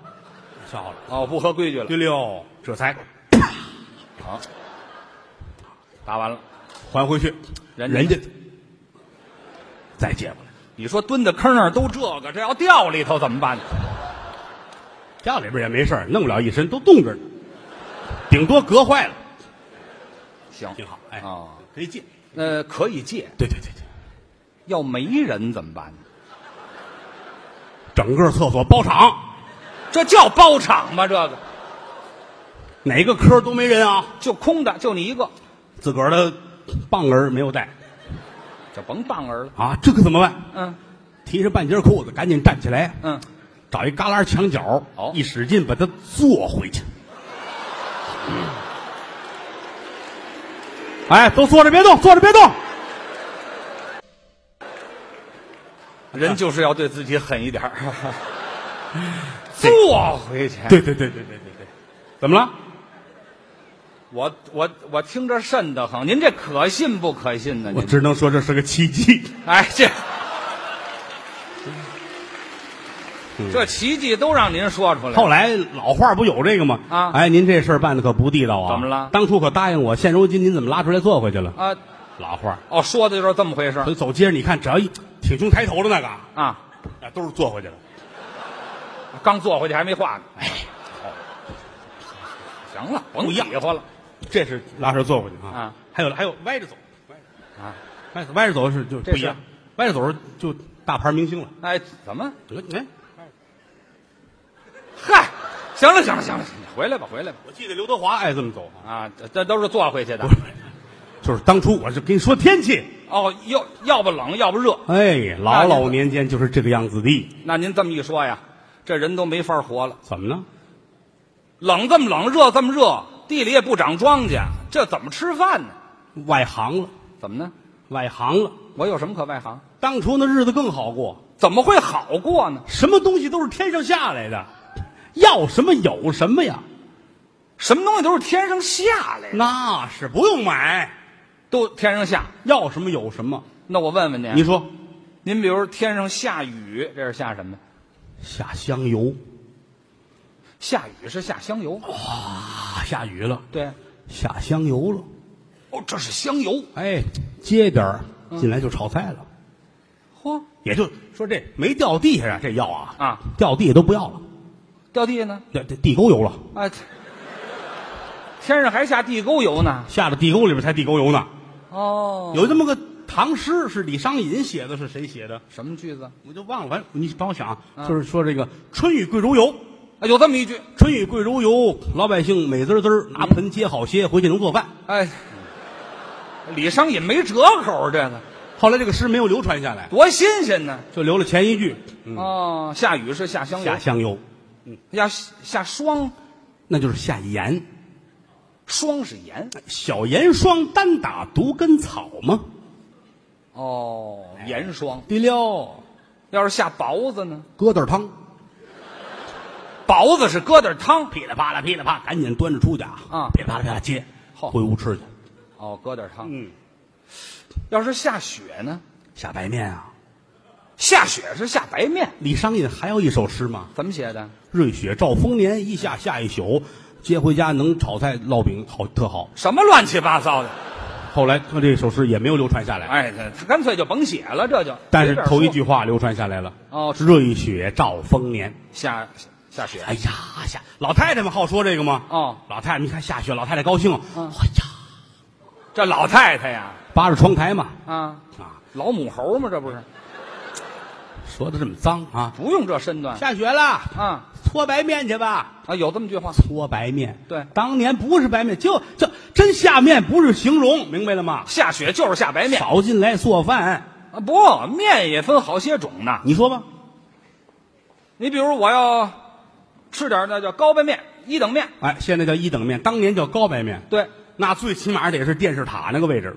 Speaker 2: 笑话了。
Speaker 3: 哦，不合规矩了，
Speaker 2: 对溜，这才
Speaker 3: 打完了。
Speaker 2: 还回去，
Speaker 3: 人
Speaker 2: 人
Speaker 3: 家
Speaker 2: 家再接过来，
Speaker 3: 你说蹲在坑那儿都这个，这要掉里头怎么办？
Speaker 2: 家里边也没事儿弄不了一身，都冻着呢，顶多隔坏了，
Speaker 3: 行，
Speaker 2: 挺好，哎，
Speaker 3: 哦，
Speaker 2: 可以借，
Speaker 3: 呃，可以借，
Speaker 2: 对对对对，
Speaker 3: 要没人怎么办？
Speaker 2: 整个厕所包场，
Speaker 3: 这叫包场吗？这个
Speaker 2: 哪个科都没人啊，
Speaker 3: 就空的，就你一个，
Speaker 2: 自个儿的棒儿没有带
Speaker 3: 就甭棒儿了。
Speaker 2: 啊，这可怎么办？
Speaker 3: 嗯
Speaker 2: 提着半截裤子，赶紧站起来，啊
Speaker 3: 嗯，
Speaker 2: 找一旮旯墙角，
Speaker 3: 哦
Speaker 2: 一使劲把它坐回去。嗯哎，都坐着别动，坐着别动。
Speaker 3: 人就是要对自己狠一 点儿，坐回去。
Speaker 2: 对对对对对对对，怎么了？
Speaker 3: 我我我听着瘆得慌，您这可信不可信呢？
Speaker 2: 我
Speaker 3: 您
Speaker 2: 只能说这是个奇迹。
Speaker 3: 哎这。这奇迹都让您说出来
Speaker 2: 嗯
Speaker 3: 了，
Speaker 2: 后来老话不有这个吗？
Speaker 3: 啊
Speaker 2: 哎，您这事儿办的可不地道啊！
Speaker 3: 怎么了
Speaker 2: 当初可答应我，现如今您怎么拉出来坐回去了？
Speaker 3: 啊，
Speaker 2: 老话儿，
Speaker 3: 哦，说的就是这么回事
Speaker 2: 所
Speaker 3: 儿
Speaker 2: 以走街上你看，只要一挺胸抬头的那个，啊，
Speaker 3: 啊。
Speaker 2: 都是坐回去了。
Speaker 3: 刚坐回去还没化呢。哎，行了，甭
Speaker 2: 不一样
Speaker 3: 比划了。
Speaker 2: 这是拉车坐回去啊。
Speaker 3: 啊
Speaker 2: 还有还有歪着走，歪着走
Speaker 3: 啊，
Speaker 2: 歪着走歪着走是就
Speaker 3: 这
Speaker 2: 不一样
Speaker 3: 是，
Speaker 2: 歪着走就大牌明星了。
Speaker 3: 哎，怎么？
Speaker 2: 得，哎，
Speaker 3: 嗨，行了，行了，行了，行了，回来吧，回来吧。
Speaker 2: 我记得刘德华爱这么走啊。
Speaker 3: 啊，这这都是坐回去的
Speaker 2: 不。是 就是当初我就跟你说天气，
Speaker 3: 哦，要要不冷，要不热。
Speaker 2: 哎，老老年间就是这个样子的。
Speaker 3: 那您这么一说呀，这人都没法活了。
Speaker 2: 怎么呢？
Speaker 3: 冷这么冷，热这么热，地里也不长庄稼，这怎么吃饭呢？
Speaker 2: 外行了，
Speaker 3: 怎么呢？
Speaker 2: 外行了。
Speaker 3: 我有什么可外行？
Speaker 2: 当初那日子更好过，
Speaker 3: 怎么会好过呢？
Speaker 2: 什么东西都是天上下来的，要什么有什么呀，
Speaker 3: 什么东西都是天上下来的，
Speaker 2: 那是不用买，
Speaker 3: 都天上下。
Speaker 2: 要什么有什么。
Speaker 3: 那我问问您，啊
Speaker 2: 你说
Speaker 3: 您比如天上下雨，这是下什么呀？
Speaker 2: 下香油
Speaker 3: 下雨是下香油，
Speaker 2: 啊，下雨了。
Speaker 3: 对，
Speaker 2: 下香油了，
Speaker 3: 哦，这是香油，
Speaker 2: 哎，接点儿进来就炒菜了，
Speaker 3: 嚯，
Speaker 2: 也就说这没掉地下啊，这药啊
Speaker 3: 啊
Speaker 2: 掉地下都不要了，
Speaker 3: 掉地下呢，
Speaker 2: 这这地沟油了，
Speaker 3: 啊，天上还下地沟油呢，
Speaker 2: 下到地沟里边才地沟油呢。
Speaker 3: 哦，
Speaker 2: 有这么个唐诗是李商隐写的，是谁写的？
Speaker 3: 什么句子啊？
Speaker 2: 我就忘了，反正你帮我想啊，
Speaker 3: 啊
Speaker 2: 就是说这个春雨贵如油，
Speaker 3: 哎有这么一句，
Speaker 2: 春雨贵如油，老百姓美滋滋儿拿盆接好些，回去能做饭。
Speaker 3: 哎，李商隐没折口，这个
Speaker 2: 后来这个诗没有流传下来，
Speaker 3: 多新鲜呢，
Speaker 2: 就留了前一句
Speaker 3: 哦，下雨是下香油
Speaker 2: 下，香油，
Speaker 3: 下下霜，
Speaker 2: 那就是下盐，
Speaker 3: 霜是盐，
Speaker 2: 小盐霜单打独根草吗？
Speaker 3: 哦，盐霜，
Speaker 2: 第六，
Speaker 3: 要是下雹子呢？
Speaker 2: 疙瘩汤，
Speaker 3: 雹子是疙瘩汤，
Speaker 2: 噼里啪啦噼里啪啦，赶紧端着出去啊！
Speaker 3: 啊
Speaker 2: 噼里啪啦噼里啪啦接，
Speaker 3: 好
Speaker 2: 回屋吃去。
Speaker 3: 哦，搁点汤。
Speaker 2: 嗯，
Speaker 3: 要是下雪呢？
Speaker 2: 下白面啊。
Speaker 3: 下雪是下白面，
Speaker 2: 李商隐还有一首诗嘛，
Speaker 3: 怎么写的？
Speaker 2: 瑞雪兆丰年，一下下一宿，接回家能炒菜烙饼，好特好。
Speaker 3: 什么乱七八糟的？
Speaker 2: 后来他这首诗也没有流传下来，
Speaker 3: 哎，他他干脆就甭写了，这就。
Speaker 2: 但是
Speaker 3: 随便说
Speaker 2: 头一句话流传下来了。
Speaker 3: 哦是
Speaker 2: 瑞雪兆丰年。
Speaker 3: 下下雪，
Speaker 2: 哎呀，下老太太们好说这个吗？
Speaker 3: 哦，
Speaker 2: 老太太们一看下雪，老太太高兴。哎呀，
Speaker 3: 这老太太呀，
Speaker 2: 扒着窗台嘛，
Speaker 3: 啊，
Speaker 2: 啊，
Speaker 3: 老母猴嘛，这不是
Speaker 2: 说的这么脏啊。
Speaker 3: 不用这身段
Speaker 2: 下雪了，
Speaker 3: 啊
Speaker 2: 搓白面去吧。
Speaker 3: 啊，有这么句话，
Speaker 2: 搓白面，
Speaker 3: 对
Speaker 2: 当年不是白面，就这真下面不是形容，明白了吗？
Speaker 3: 下雪就是下白面
Speaker 2: 少进来做饭，
Speaker 3: 啊，不，面也分好些种呢。
Speaker 2: 你说吧，
Speaker 3: 你比如我要吃点那叫高白面、一等面，
Speaker 2: 哎，现在叫一等面，当年叫高白面，
Speaker 3: 对，
Speaker 2: 那最起码得是电视塔那个位置，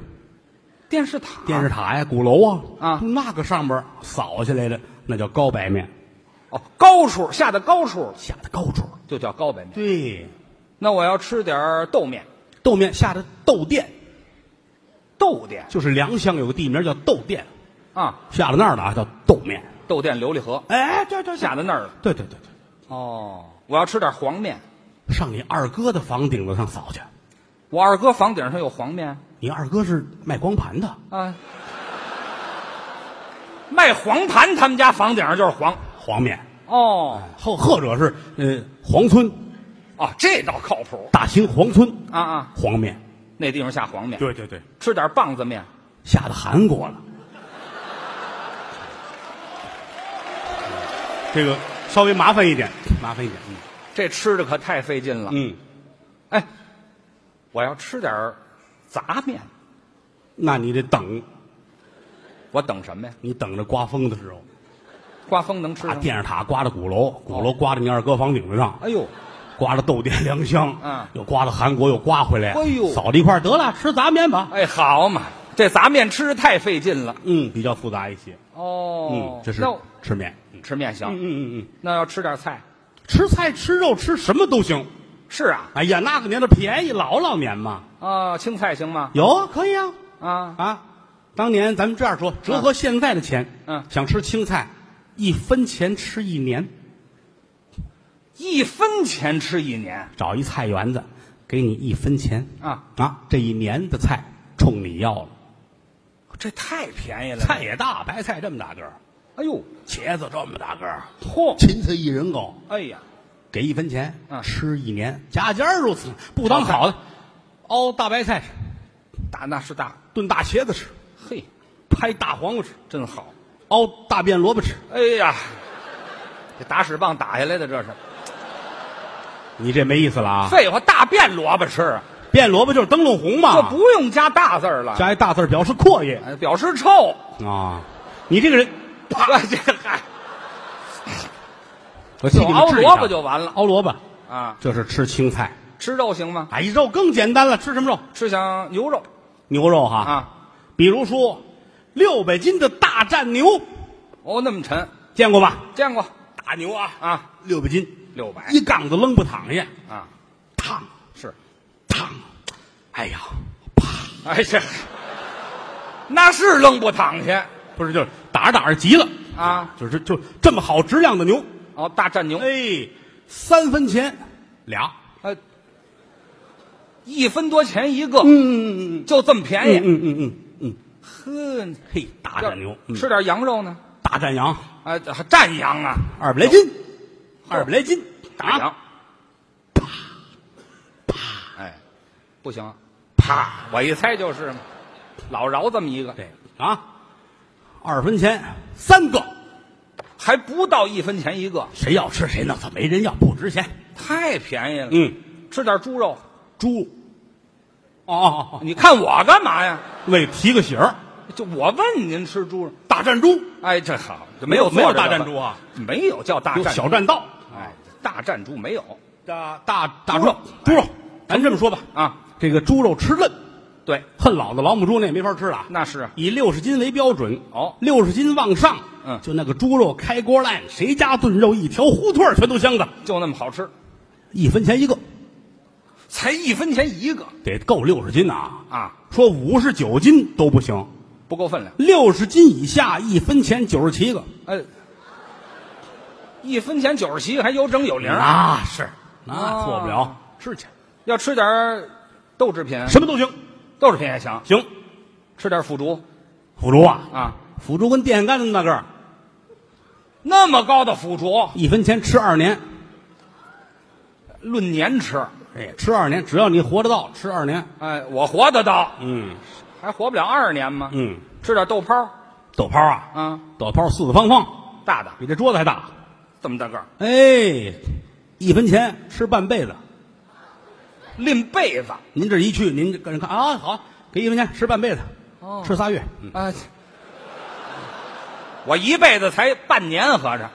Speaker 3: 电视塔，
Speaker 2: 电视塔呀，鼓楼啊，
Speaker 3: 啊
Speaker 2: 那个上边扫下来的那叫高白面，
Speaker 3: 哦，高处下的高处
Speaker 2: 下的高处，
Speaker 3: 就叫高白面。
Speaker 2: 对，
Speaker 3: 那我要吃点豆面，
Speaker 2: 豆面下的豆店，
Speaker 3: 豆店
Speaker 2: 就是良乡有个地名叫豆店，
Speaker 3: 啊，
Speaker 2: 下了那儿的啊叫豆面，
Speaker 3: 豆店琉璃河
Speaker 2: 哎，对对下
Speaker 3: 下到
Speaker 2: 的，
Speaker 3: 那儿了。
Speaker 2: 对对对对，
Speaker 3: 哦，我要吃点黄面，
Speaker 2: 上你二哥的房顶子上扫去，
Speaker 3: 我二哥房顶上有黄面
Speaker 2: 你二哥是卖光盘的，
Speaker 3: 啊。卖黄盘，他们家房顶上就是黄。
Speaker 2: 黄面，
Speaker 3: 哦，
Speaker 2: 后或者是呃黄村，
Speaker 3: 哦，这倒靠谱
Speaker 2: 大兴黄村
Speaker 3: 啊啊！
Speaker 2: 黄面，
Speaker 3: 那地方下黄面，
Speaker 2: 对对对，
Speaker 3: 吃点棒子面，
Speaker 2: 下到韩国了。这个稍微麻烦一点，麻烦一点。
Speaker 3: 这吃的可太费劲了。
Speaker 2: 嗯，
Speaker 3: 哎，我要吃点儿杂面，
Speaker 2: 那你得等，
Speaker 3: 我等什么呀？
Speaker 2: 你等着刮风的时候，
Speaker 3: 刮风能吃
Speaker 2: 把
Speaker 3: 上？
Speaker 2: 电视塔刮到鼓楼，鼓楼刮到你二哥房顶子上，
Speaker 3: 哎呦，
Speaker 2: 刮到豆店良乡，
Speaker 3: 嗯
Speaker 2: 又刮到韩国，又刮回来，
Speaker 3: 哎呦
Speaker 2: 扫到一块儿得了，吃杂面吧。
Speaker 3: 哎，好嘛，这杂面吃的太费劲了。
Speaker 2: 嗯，比较复杂一些。
Speaker 3: 哦
Speaker 2: 嗯，，这是
Speaker 3: 那我
Speaker 2: 吃面。嗯
Speaker 3: 吃面行，
Speaker 2: 嗯嗯嗯，
Speaker 3: 那要吃点菜。
Speaker 2: 吃菜吃肉吃什么都行。
Speaker 3: 是啊，
Speaker 2: 哎呀，那个年头便宜，老老年嘛，
Speaker 3: 啊，青菜行吗？
Speaker 2: 有啊，可以啊
Speaker 3: 啊，
Speaker 2: 啊！当年咱们这样说，折合现在的钱，
Speaker 3: 嗯
Speaker 2: 想吃青菜，一分钱吃一年，
Speaker 3: 一分钱吃一年
Speaker 2: 找一菜园子，给你一分钱
Speaker 3: 啊，
Speaker 2: 啊，这一年的菜冲你要了，
Speaker 3: 这太便宜了。
Speaker 2: 菜，也大，白菜这么大个儿，
Speaker 3: 哎呦，
Speaker 2: 茄子这么大个儿，
Speaker 3: 嚯，
Speaker 2: 芹菜一人高，
Speaker 3: 哎呀，
Speaker 2: 给一分钱，
Speaker 3: 嗯
Speaker 2: 吃一年，家家如此，不当好的，熬大白菜吃，
Speaker 3: 大那是大，
Speaker 2: 炖大茄子吃，
Speaker 3: 嘿，
Speaker 2: 拍大黄瓜吃，
Speaker 3: 真好。
Speaker 2: 熬哦大便萝卜吃，
Speaker 3: 哎呀，这打屎棒打下来的这是。
Speaker 2: 啊你这没意思了啊！
Speaker 3: 废话，大便萝卜吃，
Speaker 2: 变萝卜就是灯笼红嘛，
Speaker 3: 这不用加大字儿了，
Speaker 2: 啊加一大字儿表示阔爷
Speaker 3: 哎表示臭。
Speaker 2: 啊！你这个人，
Speaker 3: 哎 这嗨
Speaker 2: 我替你们
Speaker 3: 就熬
Speaker 2: 治一
Speaker 3: 萝
Speaker 2: 下
Speaker 3: 卜就完了
Speaker 2: 熬萝卜
Speaker 3: 啊，
Speaker 2: 这是吃青菜，
Speaker 3: 吃肉行吗？
Speaker 2: 哎，肉更简单了，吃什么肉？
Speaker 3: 吃想牛肉
Speaker 2: 牛肉哈，
Speaker 3: 啊，
Speaker 2: 比如说六百斤的大战牛，
Speaker 3: 哦，那么沉，
Speaker 2: 见过吧？
Speaker 3: 见过
Speaker 2: 大牛啊，
Speaker 3: 啊，
Speaker 2: 六百斤，
Speaker 3: 六百
Speaker 2: 一杠子扔不躺下，
Speaker 3: 啊，
Speaker 2: 烫
Speaker 3: 是，
Speaker 2: 烫，哎呀，
Speaker 3: 哎呀，那是扔不躺下
Speaker 2: 不是就是打着打着急了，
Speaker 3: 啊，
Speaker 2: 就是就这么好质量的牛，
Speaker 3: 哦，大战牛，
Speaker 2: 哎，三分钱俩，
Speaker 3: 哎，一分多钱一个，
Speaker 2: 嗯嗯
Speaker 3: 就这么便宜，
Speaker 2: 嗯嗯嗯嗯，
Speaker 3: 呵，
Speaker 2: 嘿，大
Speaker 3: 要
Speaker 2: 战牛，嗯
Speaker 3: 吃点羊肉呢，
Speaker 2: 大战羊，
Speaker 3: 哎，还战羊啊，
Speaker 2: 二百来斤，二百来斤，
Speaker 3: 打羊
Speaker 2: 啊，，
Speaker 3: 哎，不行，
Speaker 2: 啪，
Speaker 3: 我一猜就是嘛，老饶这么一个，
Speaker 2: 对啊，二分钱三个，
Speaker 3: 还不到一分钱一个，
Speaker 2: 谁要吃谁弄，他没人要，不值钱。
Speaker 3: 太便宜了。
Speaker 2: 嗯，
Speaker 3: 吃点猪肉，
Speaker 2: 猪，哦哦哦，
Speaker 3: 你看我干嘛呀？
Speaker 2: 为提个醒儿，
Speaker 3: 就我问您吃猪肉，
Speaker 2: 大战猪
Speaker 3: 哎，这好，这没有
Speaker 2: 没有
Speaker 3: 做这个
Speaker 2: 大战猪啊，
Speaker 3: 没有叫大
Speaker 2: 有
Speaker 3: 战
Speaker 2: 小，战道，
Speaker 3: 哎，大战猪没有
Speaker 2: 大大大
Speaker 3: 猪
Speaker 2: 猪
Speaker 3: 肉，
Speaker 2: 猪肉，咱这么说吧，
Speaker 3: 啊？
Speaker 2: 这个猪肉吃嫩，
Speaker 3: 对，
Speaker 2: 恨老的老母猪那也没法吃了啊。
Speaker 3: 那是啊
Speaker 2: 以六十斤为标准，
Speaker 3: 哦
Speaker 2: 六十斤往上，
Speaker 3: 嗯
Speaker 2: 就那个猪肉开锅烂，谁家炖肉一条胡同儿全都香的，
Speaker 3: 就那么好吃，
Speaker 2: 一分钱一个，
Speaker 3: 才一分钱一个
Speaker 2: 得够六十斤呐、
Speaker 3: 啊，
Speaker 2: 说五十九斤都不行，
Speaker 3: 不够分量。
Speaker 2: 六十斤以下一分钱九十七个。
Speaker 3: 哎，一分钱九十七，还有整有零。
Speaker 2: 那是，那
Speaker 3: 啊
Speaker 2: 错不了，吃去，
Speaker 3: 要吃点儿豆制品，
Speaker 2: 什么都行。
Speaker 3: 豆制品也行，
Speaker 2: 行，
Speaker 3: 吃点腐竹
Speaker 2: 腐竹啊，
Speaker 3: 啊，
Speaker 2: 腐竹跟电线杆子那么大个儿，
Speaker 3: 那么高的腐竹，
Speaker 2: 一分钱吃二年。
Speaker 3: 论年吃，
Speaker 2: 哎，吃二年，只要你活得到，吃二年。
Speaker 3: 哎，我活得到，
Speaker 2: 嗯
Speaker 3: 还活不了二十年吗？
Speaker 2: 嗯，
Speaker 3: 吃点豆泡儿
Speaker 2: 豆泡啊，
Speaker 3: 啊，
Speaker 2: 豆泡四四方方，
Speaker 3: 大的
Speaker 2: 比这桌子还大。
Speaker 3: 这么大个儿，
Speaker 2: 哎，一分钱吃半辈子。
Speaker 3: 拎被子
Speaker 2: 您这一去，您跟人看啊，好，给一分钱吃半辈子，
Speaker 3: 哦
Speaker 2: 吃仨月。嗯，
Speaker 3: 啊，我一辈子才半年，合着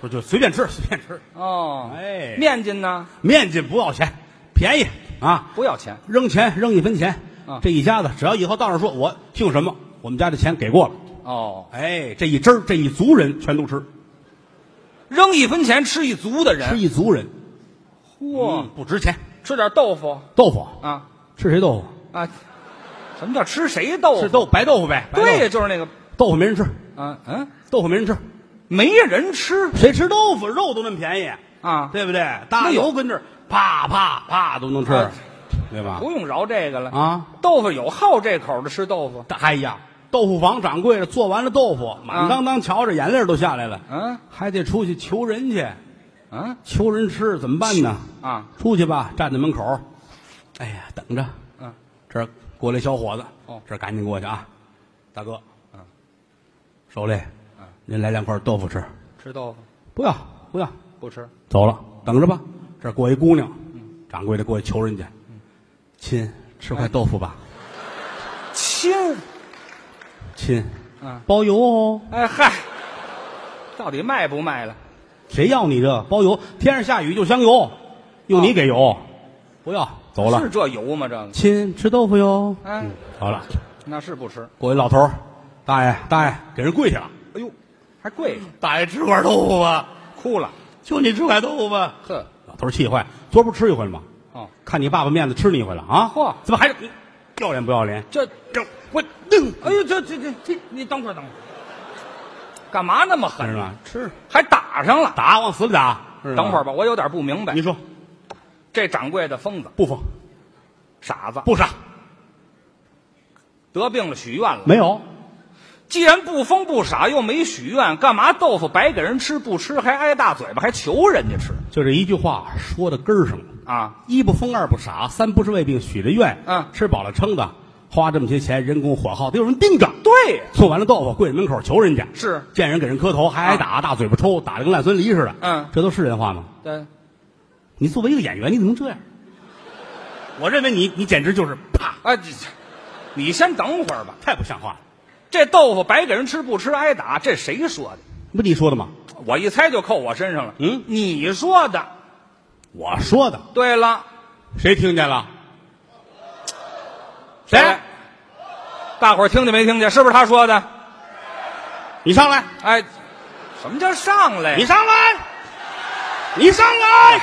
Speaker 2: 说就随便吃，随便吃。
Speaker 3: 哦，
Speaker 2: 哎
Speaker 3: 面筋呢
Speaker 2: 面筋不要钱，便宜啊，
Speaker 3: 不要钱，
Speaker 2: 扔钱扔一分钱
Speaker 3: 啊。
Speaker 2: 这一家子只要以后到那儿说我姓什么，我们家的钱给过了。
Speaker 3: 哦，
Speaker 2: 哎，这一支儿这一族人全都吃，
Speaker 3: 扔一分钱吃一族的
Speaker 2: 吃
Speaker 3: 人，
Speaker 2: 一族人，嗯
Speaker 3: 嚯，
Speaker 2: 不值钱。
Speaker 3: 吃点豆腐
Speaker 2: 豆腐
Speaker 3: 啊
Speaker 2: 吃谁豆腐？
Speaker 3: 啊，什么叫吃谁豆腐？
Speaker 2: 吃豆白豆腐呗。白豆腐
Speaker 3: 对呀，就是那个，
Speaker 2: 豆腐没人吃，
Speaker 3: 啊嗯，
Speaker 2: 豆腐没人吃，
Speaker 3: 没人吃
Speaker 2: 谁吃豆腐？肉都那么便宜，
Speaker 3: 啊，
Speaker 2: 对不对？大
Speaker 3: 有
Speaker 2: 油跟这儿啪啪啪都能吃
Speaker 3: 啊，
Speaker 2: 对吧？
Speaker 3: 不用饶这个了。
Speaker 2: 啊，
Speaker 3: 豆腐有好这口的吃豆腐，
Speaker 2: 大哎呀，豆腐房掌柜的做完了豆腐，满当当瞧着，眼泪儿都下来了，
Speaker 3: 嗯
Speaker 2: 还得出去求人去，
Speaker 3: 嗯
Speaker 2: 求人吃怎么办呢？
Speaker 3: 啊，
Speaker 2: 出去吧，站在门口，哎呀，等着，
Speaker 3: 嗯，
Speaker 2: 这儿过来小伙子，
Speaker 3: 哦
Speaker 2: 这儿赶紧过去啊，大哥，
Speaker 3: 嗯，
Speaker 2: 手里，
Speaker 3: 嗯，
Speaker 2: 您来两块豆腐吃，
Speaker 3: 吃豆腐
Speaker 2: 不要不要，
Speaker 3: 不吃，
Speaker 2: 走了，等着吧。这儿过一姑娘，掌柜的过去求人家，亲，吃块豆腐吧，
Speaker 3: 亲，
Speaker 2: 亲，
Speaker 3: 嗯
Speaker 2: 包邮哦。
Speaker 3: 哎嗨，到底卖不卖了？
Speaker 2: 谁要你这包邮？天上下雨就香油，用你给油，不要走了
Speaker 3: 是。这油吗？这个
Speaker 2: 亲，吃豆腐哟。
Speaker 3: 哎
Speaker 2: 嗯，好了，
Speaker 3: 那是不吃。
Speaker 2: 过一老头儿，大爷，大爷，给人跪下了。
Speaker 3: 哎呦，还贵，
Speaker 2: 大爷，吃块豆腐吧，
Speaker 3: 哭了。
Speaker 2: 就你吃块豆腐吧。
Speaker 3: 呵，
Speaker 2: 老头儿气坏，昨儿不吃一回了吗？
Speaker 3: 哦，
Speaker 2: 看你爸爸面子吃你一回了啊？
Speaker 3: 嚯
Speaker 2: 怎么还是要脸不要脸？
Speaker 3: 这
Speaker 2: 这我嗯
Speaker 3: 哎呦，这这这这，你等会儿等会儿，干嘛那么
Speaker 2: 是
Speaker 3: 狠？
Speaker 2: 吧？吃
Speaker 3: 还打上了。
Speaker 2: 打往死里打。是吧
Speaker 3: 等会儿吧，我有点不明白
Speaker 2: 你。说
Speaker 3: 这掌柜的疯子、
Speaker 2: 不疯
Speaker 3: 傻子，
Speaker 2: 不傻
Speaker 3: 得病了许愿了。
Speaker 2: 没有？
Speaker 3: 既然不疯不傻又没许愿，干嘛豆腐白给人吃不吃，还挨大嘴巴，还求人家吃
Speaker 2: 就这一句话说到根儿上了。
Speaker 3: 啊？
Speaker 2: 一不疯，二不傻，三不是胃病，许着愿，
Speaker 3: 嗯
Speaker 2: 吃饱了撑的，花这么些钱，人工火耗得有人盯着。
Speaker 3: 对呀，
Speaker 2: 做完了豆腐，跪在门口求人家，
Speaker 3: 是
Speaker 2: 见人给人磕头，还挨打，大嘴巴抽，打得跟烂孙梨似的。
Speaker 3: 嗯
Speaker 2: 这都是人话吗？
Speaker 3: 对，
Speaker 2: 你作为一个演员，你怎么能这样？我认为你，你简直就是啪，
Speaker 3: 哎，这这你先等会儿吧。
Speaker 2: 太不像话了。
Speaker 3: 这豆腐白给人吃不吃挨打，这谁说的？
Speaker 2: 不你说的吗？
Speaker 3: 我一猜就扣我身上了。
Speaker 2: 嗯
Speaker 3: 你说的。
Speaker 2: 我说的，
Speaker 3: 对了，
Speaker 2: 谁听见了？
Speaker 3: 谁
Speaker 2: 谁？
Speaker 3: 大伙儿听见没听见？是不是他说的？
Speaker 2: 你上来，
Speaker 3: 哎，什么叫上来？
Speaker 2: 你上来，你上来，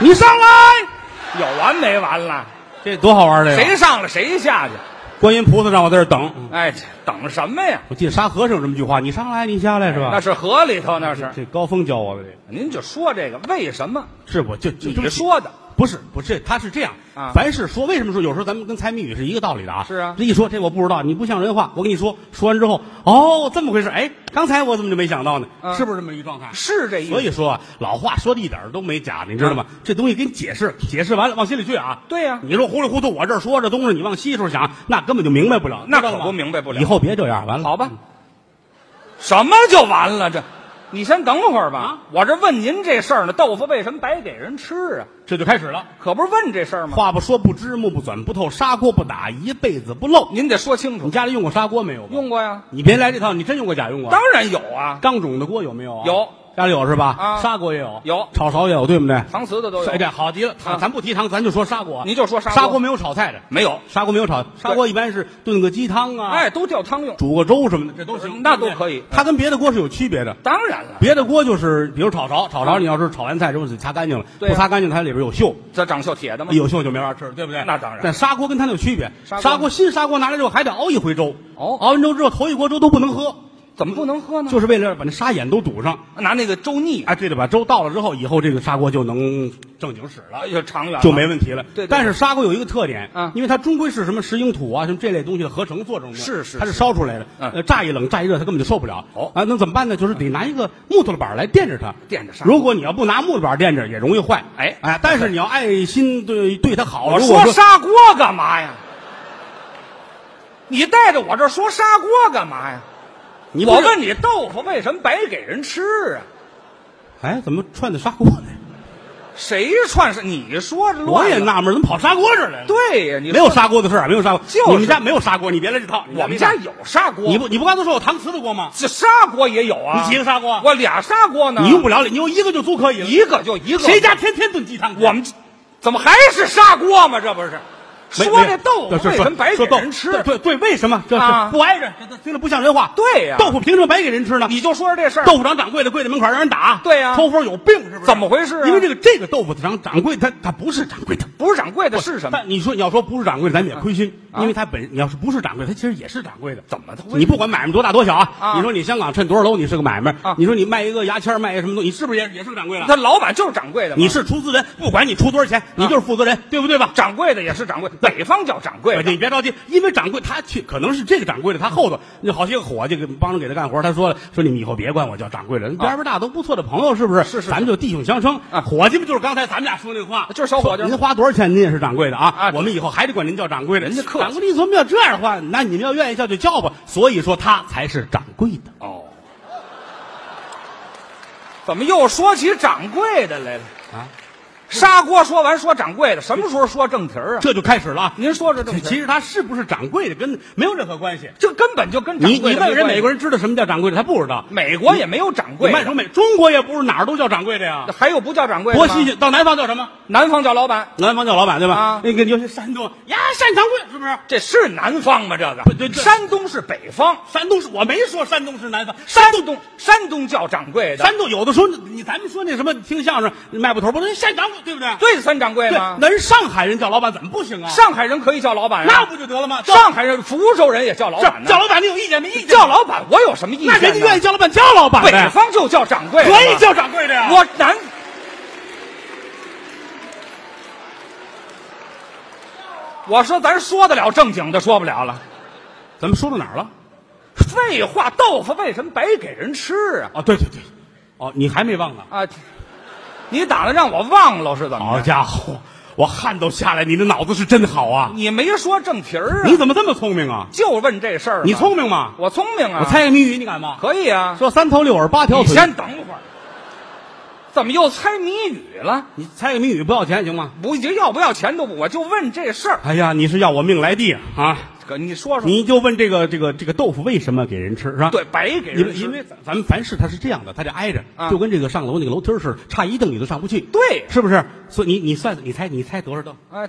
Speaker 2: 你上来，
Speaker 3: 有完没完了？
Speaker 2: 这多好玩儿！这个
Speaker 3: 谁上来谁下去？
Speaker 2: 观音菩萨让我在这儿等。
Speaker 3: 哎，这等什么呀？
Speaker 2: 我记得沙和尚有这么句话：“你上来，你下来，是吧？”
Speaker 3: 那是河里头，那是。
Speaker 2: 这高峰教我的，这
Speaker 3: 您就说这个为什么？
Speaker 2: 是我就就
Speaker 3: 你说的
Speaker 2: 不是不是，他是这样。
Speaker 3: 啊
Speaker 2: 凡是说，为什么说有时候咱们跟猜谜语是一个道理的啊？
Speaker 3: 是啊
Speaker 2: 这一说这我不知道，你不像人话。我跟你说，说完之后，哦，这么回事？哎，刚才我怎么就没想到呢？
Speaker 3: 嗯
Speaker 2: 是不是这么一状态？
Speaker 3: 是这意思。
Speaker 2: 所以说啊，老话说的一点儿都没假，你知道吗？这东西给你解释，解释完了往心里去啊。
Speaker 3: 对呀
Speaker 2: 你说糊里糊涂，我这儿说这东西，你往西处想，那根本就明白不了，
Speaker 3: 那
Speaker 2: 知道
Speaker 3: 可
Speaker 2: 吗
Speaker 3: 不明白不了
Speaker 2: 以后别这样，完了，嗯
Speaker 3: 好吧，什么就完了？这，你先等会儿吧。
Speaker 2: 啊
Speaker 3: 我这问您这事儿呢，豆腐为什么白给人吃啊？
Speaker 2: 这就开始了。
Speaker 3: 可不是问这事儿吗？
Speaker 2: 话不说不知，目不转不透，砂锅不打一辈子不漏。
Speaker 3: 您得说清楚
Speaker 2: 你。家里用过砂锅没有？
Speaker 3: 用。过呀，
Speaker 2: 你别来这套，你真用过假用过？
Speaker 3: 当然有啊，
Speaker 2: 钢种的锅有没有啊？
Speaker 3: 有。
Speaker 2: 家里有是吧？
Speaker 3: 啊
Speaker 2: 砂锅也有，
Speaker 3: 有
Speaker 2: 炒勺也有，对不对？
Speaker 3: 搪瓷的都有
Speaker 2: 哎，，这好极了，
Speaker 3: 啊
Speaker 2: 咱咱不提汤，咱就说砂锅。
Speaker 3: 你就说砂锅
Speaker 2: 砂锅没有炒菜的，
Speaker 3: 没有？
Speaker 2: 砂锅没有炒，砂锅一般是炖个鸡汤啊，
Speaker 3: 哎，，都吊汤用，
Speaker 2: 煮个粥什么的，这都
Speaker 3: 呃
Speaker 2: 行，对
Speaker 3: 那
Speaker 2: 不
Speaker 3: 都
Speaker 2: 对
Speaker 3: 可以
Speaker 2: 它跟别的锅是有区别的，
Speaker 3: 当然了，
Speaker 2: 别的锅就是比如炒勺，炒勺你要是炒完菜之后得擦干净了，
Speaker 3: 对啊
Speaker 2: 不擦干净它里边有锈，
Speaker 3: 这长锈铁的嘛，
Speaker 2: 有锈就没法吃了，对不对？
Speaker 3: 那当然
Speaker 2: 但砂锅跟它有区别，
Speaker 3: 砂锅
Speaker 2: 砂锅新砂锅拿来之后还得熬一回粥，
Speaker 3: 哦
Speaker 2: 熬完粥之后头一锅粥都不能喝，
Speaker 3: 怎么不能喝呢？
Speaker 2: 就是为了把那砂眼都堵上。
Speaker 3: 拿那个粥腻，
Speaker 2: 哎，对了，把粥倒了之后，以后这个砂锅就能正经使了。
Speaker 3: 哎呀，长远了
Speaker 2: 就没问题了。
Speaker 3: 对对
Speaker 2: 但是砂锅有一个特点，
Speaker 3: 嗯
Speaker 2: 因为它终归是什么石英土啊，什么这类东西的合成做成的，
Speaker 3: 是是
Speaker 2: 它是烧出来的，
Speaker 3: 嗯
Speaker 2: 呃，乍一冷乍一热，它根本就受不了。
Speaker 3: 哦
Speaker 2: 啊，那怎么办呢？就是得拿一个木头板来垫着它，
Speaker 3: 垫着砂锅
Speaker 2: 如果你要不拿木头板垫着，也容易坏。
Speaker 3: 哎
Speaker 2: 哎，但是你要爱心对对它好，
Speaker 3: 我
Speaker 2: 如果
Speaker 3: 说砂锅干嘛呀？你带着我这说砂锅干嘛呀？
Speaker 2: 你不
Speaker 3: 我
Speaker 2: 是，
Speaker 3: 问你，豆腐为什么白给人吃啊？
Speaker 2: 哎，怎么串的砂锅来？
Speaker 3: 谁串是？你说这
Speaker 2: 我
Speaker 3: 乱
Speaker 2: 也
Speaker 3: 了
Speaker 2: 纳闷，怎么跑砂锅这儿来了？，
Speaker 3: 对呀，你
Speaker 2: 没有砂锅的事儿，啊没有砂锅，
Speaker 3: 就是
Speaker 2: 你们家没有砂锅，你别来这套。你
Speaker 3: 我们家
Speaker 2: 没有，
Speaker 3: 有砂锅，
Speaker 2: 你不你不刚才说有搪瓷的锅吗？
Speaker 3: 这砂锅也有啊？
Speaker 2: 你几个砂锅啊
Speaker 3: 我俩砂锅呢。
Speaker 2: 你用不了，你用一个就足可以了。
Speaker 3: 一个就一个，
Speaker 2: 谁家天天炖鸡汤锅？啊
Speaker 3: 我们怎么还是砂锅嘛？这不是
Speaker 2: 没
Speaker 3: 说
Speaker 2: 没
Speaker 3: 这豆腐
Speaker 2: 这
Speaker 3: 为
Speaker 2: 说
Speaker 3: 什么白给
Speaker 2: 说豆
Speaker 3: 人吃？
Speaker 2: 对对对，为什么这
Speaker 3: 啊
Speaker 2: 是不挨着？这这听着不像人话。
Speaker 3: 对呀
Speaker 2: 豆腐凭什么白给人吃呢？
Speaker 3: 你就说说这事儿，
Speaker 2: 豆腐厂掌柜的跪在门口让人打，
Speaker 3: 对呀
Speaker 2: 偷风有病是不是？
Speaker 3: 怎么回事啊
Speaker 2: 因为这个这个豆腐厂掌柜他他不是掌柜的。
Speaker 3: 不是掌柜的是什么？
Speaker 2: 但你说你要说不是掌柜的，咱们也亏心，
Speaker 3: 啊
Speaker 2: 因为他本你要是不是掌柜，他其实也是掌柜的。
Speaker 3: 怎么他会
Speaker 2: 你不管买卖多大多小啊
Speaker 3: 啊，
Speaker 2: 你说你香港趁多少楼，你是个买卖
Speaker 3: 啊。
Speaker 2: 你说你卖一个牙签儿，卖一个什么东西，你是不是也也是个掌柜的？
Speaker 3: 他老板就是掌柜的嘛，
Speaker 2: 你是出资人，不管你出多少钱，
Speaker 3: 啊
Speaker 2: 你就是负责人，对不对吧？
Speaker 3: 掌柜的也是掌柜，北方叫掌柜
Speaker 2: 哎
Speaker 3: 的
Speaker 2: 你别着急，因为掌柜他去，可能是这个掌柜的他后头那好些个伙计给帮着给他干活，他说了，说你们以后别管我叫掌柜了，边边大都不错的朋友，是不是？
Speaker 3: 啊是是
Speaker 2: 咱们就弟兄相称。
Speaker 3: 啊
Speaker 2: 伙计们就是刚才咱们俩说那话，
Speaker 3: 就是小伙计
Speaker 2: 说您花多少钱，您也是掌柜的啊
Speaker 3: 啊
Speaker 2: 我们以后还得管您叫掌柜的。
Speaker 3: 人家客气
Speaker 2: 掌柜的一琢磨要这样的话，那你们要愿意叫就叫吧。所以说他才是掌柜的。
Speaker 3: 哦。怎么又说起掌柜的来了？
Speaker 2: 啊，
Speaker 3: 砂锅说完说掌柜的，什么时候说正题儿啊？
Speaker 2: 这就开始了啊。
Speaker 3: 您说说正
Speaker 2: 其
Speaker 3: 题儿，
Speaker 2: 实他是不是掌柜的跟没有任何关系。
Speaker 3: 这根本就跟掌
Speaker 2: 你
Speaker 3: 柜
Speaker 2: 你
Speaker 3: 的
Speaker 2: 问人
Speaker 3: 没
Speaker 2: 美
Speaker 3: 关
Speaker 2: 国人知道什么叫掌柜的，他不知道
Speaker 3: 系，。美国也没有掌
Speaker 2: 你
Speaker 3: 柜
Speaker 2: 卖什
Speaker 3: 的，
Speaker 2: 么美？中国也不是哪儿都叫掌柜的呀。
Speaker 3: 还有不叫掌柜的
Speaker 2: 多
Speaker 3: 吗？
Speaker 2: 新鲜！到南方叫什么？
Speaker 3: 南方叫老板，
Speaker 2: 南方叫老板对吧？
Speaker 3: 啊
Speaker 2: 那个尤其山东呀，山掌柜是不是？
Speaker 3: 这是南方吗？这个
Speaker 2: 不对对
Speaker 3: 山东是北方，
Speaker 2: 山东是我没说山东是南方，
Speaker 3: 山东山东叫掌柜的，
Speaker 2: 山东有的时候你咱们说那什么听相声卖布头不能山掌柜对不对？
Speaker 3: 对三掌柜
Speaker 2: 对
Speaker 3: 吗？
Speaker 2: 那人上海人叫老板怎么不行啊？
Speaker 3: 上海人可以叫老板
Speaker 2: 那
Speaker 3: 啊，
Speaker 2: 不就得了吗？
Speaker 3: 上海人、福州人也叫老
Speaker 2: 这
Speaker 3: 板呢，
Speaker 2: 叫老板你有意见没意见？
Speaker 3: 叫老板，我有什么意见
Speaker 2: 那
Speaker 3: 呢？
Speaker 2: 人家愿意叫老板叫老板
Speaker 3: 北
Speaker 2: 呗，
Speaker 3: 方就叫掌柜的吧，
Speaker 2: 可以叫掌柜的呀。
Speaker 3: 我南。我说咱说得了正经的，说不了了。
Speaker 2: 咱们说到哪儿了？
Speaker 3: 废话，豆腐为什么白给人吃啊？
Speaker 2: 哦，对对对，哦，你还没忘呢。
Speaker 3: 啊，你打算让我忘了是怎么
Speaker 2: 好
Speaker 3: 着？
Speaker 2: 家伙，我汗都下来，你的脑子是真好啊！
Speaker 3: 你没说正题儿啊？
Speaker 2: 你怎么这么聪明啊？
Speaker 3: 就问这事儿嘛，
Speaker 2: 你聪明吗？
Speaker 3: 我聪明啊！
Speaker 2: 我猜个谜语，你敢吗？
Speaker 3: 可以啊。
Speaker 2: 说三头六耳八条
Speaker 3: 你
Speaker 2: 腿，
Speaker 3: 先等会儿，怎么又猜谜语了？
Speaker 2: 你猜个谜语不要钱行吗？
Speaker 3: 不，这要不要钱都不，我就问这事儿。
Speaker 2: 哎呀，你是要我命来地啊啊！
Speaker 3: 可你说说，
Speaker 2: 你就问这个这个这个豆腐为什么给人吃是吧？
Speaker 3: 对，白给
Speaker 2: 因为
Speaker 3: 人吃
Speaker 2: 因为咱咱们凡事它是这样的，它这挨着，
Speaker 3: 啊
Speaker 2: 就跟这个上楼那个楼梯儿似的，差一凳你都上不去，
Speaker 3: 对，
Speaker 2: 是不是？所以你你算你猜你猜多少凳？
Speaker 3: 哎，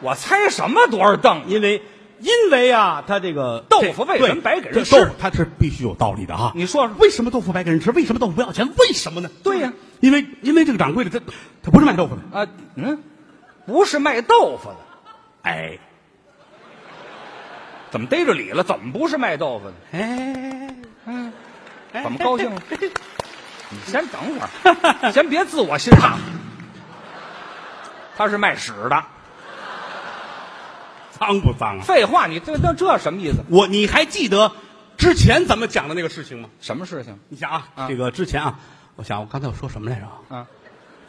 Speaker 3: 我猜什么多少凳？
Speaker 2: 因为因为啊，它这个
Speaker 3: 豆腐为什么
Speaker 2: 对
Speaker 3: 白给人
Speaker 2: 这豆
Speaker 3: 吃
Speaker 2: 腐它是必须有道理的啊！
Speaker 3: 你说说
Speaker 2: 为什么豆腐白给人吃？为什么豆腐不要钱？为什么呢？
Speaker 3: 对呀
Speaker 2: 因为因为这个掌柜的他他不是卖豆腐的，
Speaker 3: 啊，嗯，不是卖豆腐的，
Speaker 2: 哎
Speaker 3: 怎么逮着理了？怎么不是卖豆腐的？
Speaker 2: 哎，
Speaker 3: 嗯，
Speaker 2: 哎
Speaker 3: 怎么高兴了？你先等会儿，先别自我欣赏。他是卖屎的，
Speaker 2: 脏不脏啊？
Speaker 3: 废话，你这这这什么意思？
Speaker 2: 我你还记得之前咱们讲的那个事情吗？
Speaker 3: 什么事情
Speaker 2: 你想啊，
Speaker 3: 啊
Speaker 2: 这个之前啊，我想我刚才我说什么来着啊？
Speaker 3: 啊？